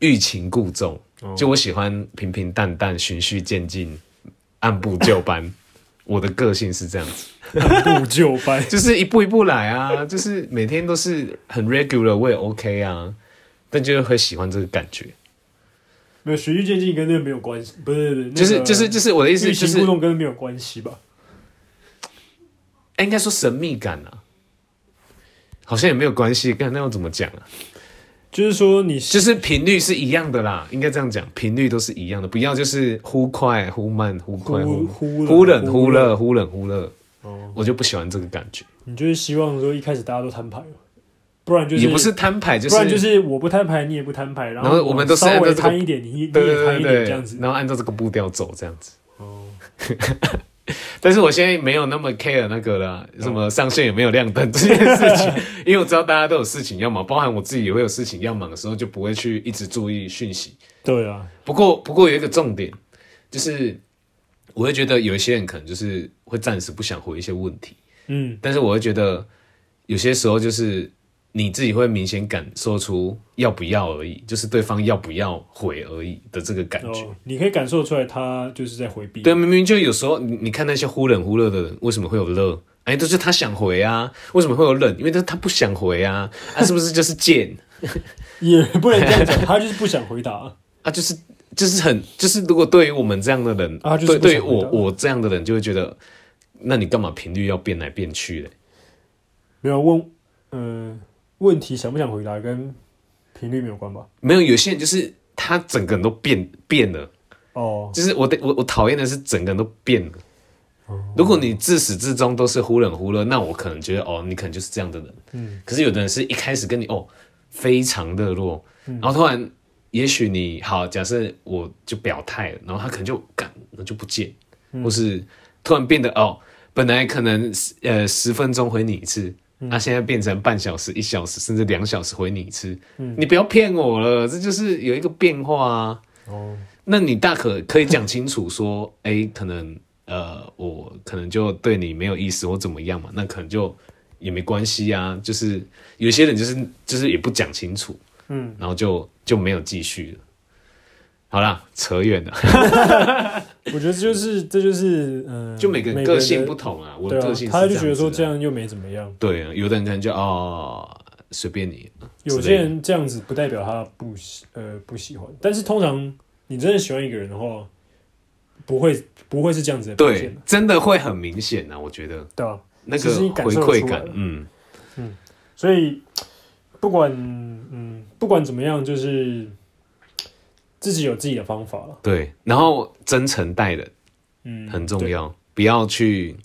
[SPEAKER 1] 欲擒故
[SPEAKER 2] 哦
[SPEAKER 1] 纵，就我喜欢平平淡淡、循序渐进、按部就班。我的个性是这样子，。
[SPEAKER 2] 按部就班
[SPEAKER 1] 就是一步一步来啊， 就是每天都是很 regular，我也 OK 啊，但就是会喜欢这个感觉，
[SPEAKER 2] 没有循序渐进跟那个没有关系，不是，
[SPEAKER 1] 就
[SPEAKER 2] 那
[SPEAKER 1] 是
[SPEAKER 2] 个
[SPEAKER 1] 就是就是我的意思
[SPEAKER 2] 欲
[SPEAKER 1] 就
[SPEAKER 2] 擒
[SPEAKER 1] 是
[SPEAKER 2] 故，纵跟没有关系吧？
[SPEAKER 1] 哎，应该说神秘感啊，好像也没有关系，但那要怎么讲啊？
[SPEAKER 2] 就是说你
[SPEAKER 1] 就是频率是一样的啦，应该这样讲，频率都是一样的，不要就是忽快忽慢，忽快忽
[SPEAKER 2] 忽忽
[SPEAKER 1] 忽冷
[SPEAKER 2] 冷
[SPEAKER 1] 忽
[SPEAKER 2] 热，
[SPEAKER 1] 热，忽冷忽热，
[SPEAKER 2] 哦，
[SPEAKER 1] 我就不喜欢这个感觉，
[SPEAKER 2] 你就是希望说一开始大家都摊牌嘛，不然就是
[SPEAKER 1] 也不是摊牌，就
[SPEAKER 2] 不然就是是我不摊牌，你也不摊牌，
[SPEAKER 1] 然
[SPEAKER 2] 然
[SPEAKER 1] 后
[SPEAKER 2] 我
[SPEAKER 1] 我们都是
[SPEAKER 2] 稍
[SPEAKER 1] 按照
[SPEAKER 2] 微
[SPEAKER 1] 这个
[SPEAKER 2] 摊一点，你你也
[SPEAKER 1] 对对
[SPEAKER 2] 摊
[SPEAKER 1] 对
[SPEAKER 2] 一点
[SPEAKER 1] 对
[SPEAKER 2] 这样子。
[SPEAKER 1] 然后按照这个步调走这样子。
[SPEAKER 2] 哦，
[SPEAKER 1] 但是我现在没有那么 care 那个了，什么上线有没有亮灯这件事 情，因为我知道大家都有事情要忙，包含我自己也会有事情要忙的时候，就不会去一直注意讯息。
[SPEAKER 2] 对啊，
[SPEAKER 1] 不过，不过有一个重点，就是我会觉得有一些人可能就是会暂时不想回一些问题，
[SPEAKER 2] 嗯，
[SPEAKER 1] 但是我会觉得有些时候就是你自己会明显感受出要不要而已，就是对方要不要回而已的这个感觉。
[SPEAKER 2] 哦，你可以感受出来，他就是在回避。
[SPEAKER 1] 对，明明就有时候你你看那些忽冷忽热的人，为什么会有热？哎，都是他想回啊，为什么会有冷？因为他他不想回啊，啊，是不是就是贱
[SPEAKER 2] 也不能这样讲，他就是不想回答。
[SPEAKER 1] 啊？就是就是很就是，如果对于我们这样的人，
[SPEAKER 2] 啊就
[SPEAKER 1] 对
[SPEAKER 2] 是不
[SPEAKER 1] 对于
[SPEAKER 2] 想回
[SPEAKER 1] 我
[SPEAKER 2] 答
[SPEAKER 1] 我这样的人，就会觉得，那你干嘛频率要变来变去嘞？
[SPEAKER 2] 没有问，呃，问题想不想回答跟频率没有关吧？
[SPEAKER 1] 没有，有些人就是他整个人都变变了，
[SPEAKER 2] 哦，
[SPEAKER 1] 就是我的我我讨厌的是整个人都变了。
[SPEAKER 2] 哦
[SPEAKER 1] 如果你自始至终都是忽冷忽热，那我可能觉得哦，你可能就是这样的人。
[SPEAKER 2] 嗯，
[SPEAKER 1] 可是有的人是一开始跟你哦非常热络，
[SPEAKER 2] 嗯
[SPEAKER 1] 然后突然也许你好，假设我就表态了，然后他可能就干，然后就不见，
[SPEAKER 2] 嗯
[SPEAKER 1] 或是突然变得哦，本来可能呃十分钟回你一次，
[SPEAKER 2] 嗯
[SPEAKER 1] 那、现在变成半小时、一小时甚至两小时回你一次，
[SPEAKER 2] 嗯
[SPEAKER 1] 你不要骗我了，这就是有一个变化啊。
[SPEAKER 2] 哦，
[SPEAKER 1] 那你大可可以讲清楚说， 哎、可能呃，我可能就对你没有意思或怎么样嘛，那可能就也没关系啊。就是有些人就是就是也不讲清楚，
[SPEAKER 2] 嗯，
[SPEAKER 1] 然后就就没有继续了。好啦，扯远 了，
[SPEAKER 2] 我觉得这就是这就是嗯，呃
[SPEAKER 1] 就每个人
[SPEAKER 2] 人
[SPEAKER 1] 个性
[SPEAKER 2] 的
[SPEAKER 1] 不同啊。我
[SPEAKER 2] 对
[SPEAKER 1] 的
[SPEAKER 2] 啊
[SPEAKER 1] 个性、
[SPEAKER 2] 他就觉得说
[SPEAKER 1] 这
[SPEAKER 2] 这
[SPEAKER 1] 样子
[SPEAKER 2] 样又没怎么样
[SPEAKER 1] 啊，。对啊，有的人可能就哦随便你，
[SPEAKER 2] 有些人这样子不代表他不喜呃不喜欢，但是通常你真的喜欢一个人的话，不会不会是这样子的表现
[SPEAKER 1] 对
[SPEAKER 2] 的，，
[SPEAKER 1] 真的会很明显啊，我觉得
[SPEAKER 2] 对吧？
[SPEAKER 1] 那
[SPEAKER 2] 其
[SPEAKER 1] 个
[SPEAKER 2] 实你感
[SPEAKER 1] 回
[SPEAKER 2] 受得出
[SPEAKER 1] 馈
[SPEAKER 2] 来
[SPEAKER 1] 感
[SPEAKER 2] 了，
[SPEAKER 1] 嗯，
[SPEAKER 2] 所以不管嗯不管怎么样，就是自己有自己的方法了。
[SPEAKER 1] 对，然后真诚待人。
[SPEAKER 2] 嗯，
[SPEAKER 1] 很重
[SPEAKER 2] 对。
[SPEAKER 1] 要，不要去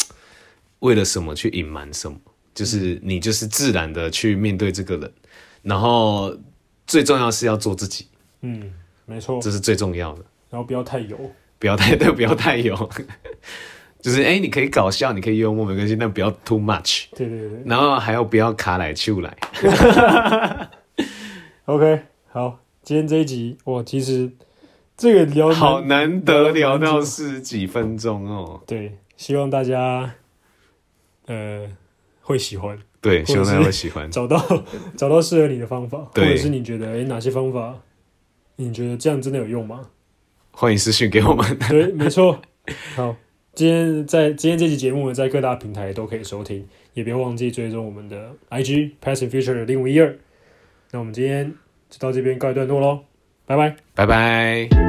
[SPEAKER 1] 为了什么去隐瞒什么，
[SPEAKER 2] 嗯
[SPEAKER 1] 就是你就是自然的去面对这个人，然后最重要是要做自己，
[SPEAKER 2] 嗯，没错。
[SPEAKER 1] 这是最重要的，
[SPEAKER 2] 然后不要太油。
[SPEAKER 1] 不要太
[SPEAKER 2] 嗯
[SPEAKER 1] 对，不要太油，就是哎、你可以搞笑，你可以幽默没关系，但不要 too much，
[SPEAKER 2] 对对对。
[SPEAKER 1] 然后还有不要卡来去来，
[SPEAKER 2] OK，好，今天这一集哇，其实这个聊得
[SPEAKER 1] 好难得聊
[SPEAKER 2] 聊
[SPEAKER 1] 到
[SPEAKER 2] 得
[SPEAKER 1] 十几分钟哦，
[SPEAKER 2] 对，希望大家呃会喜欢。
[SPEAKER 1] 对，希望大家
[SPEAKER 2] 或者是
[SPEAKER 1] 会喜欢，
[SPEAKER 2] 找到 找到适合你的方法，或
[SPEAKER 1] 对
[SPEAKER 2] 者是你觉得诶哪些方法，你觉得这样真的有用吗？
[SPEAKER 1] 欢迎私讯给我们，
[SPEAKER 2] 对， 没错。好，今天在今天这期节目呢，在各大平台都可以收听，也别忘记追踪我们的 IG Past and Future 零五一二。那我们今天就到这边告一段落喽，拜拜。
[SPEAKER 1] 拜拜。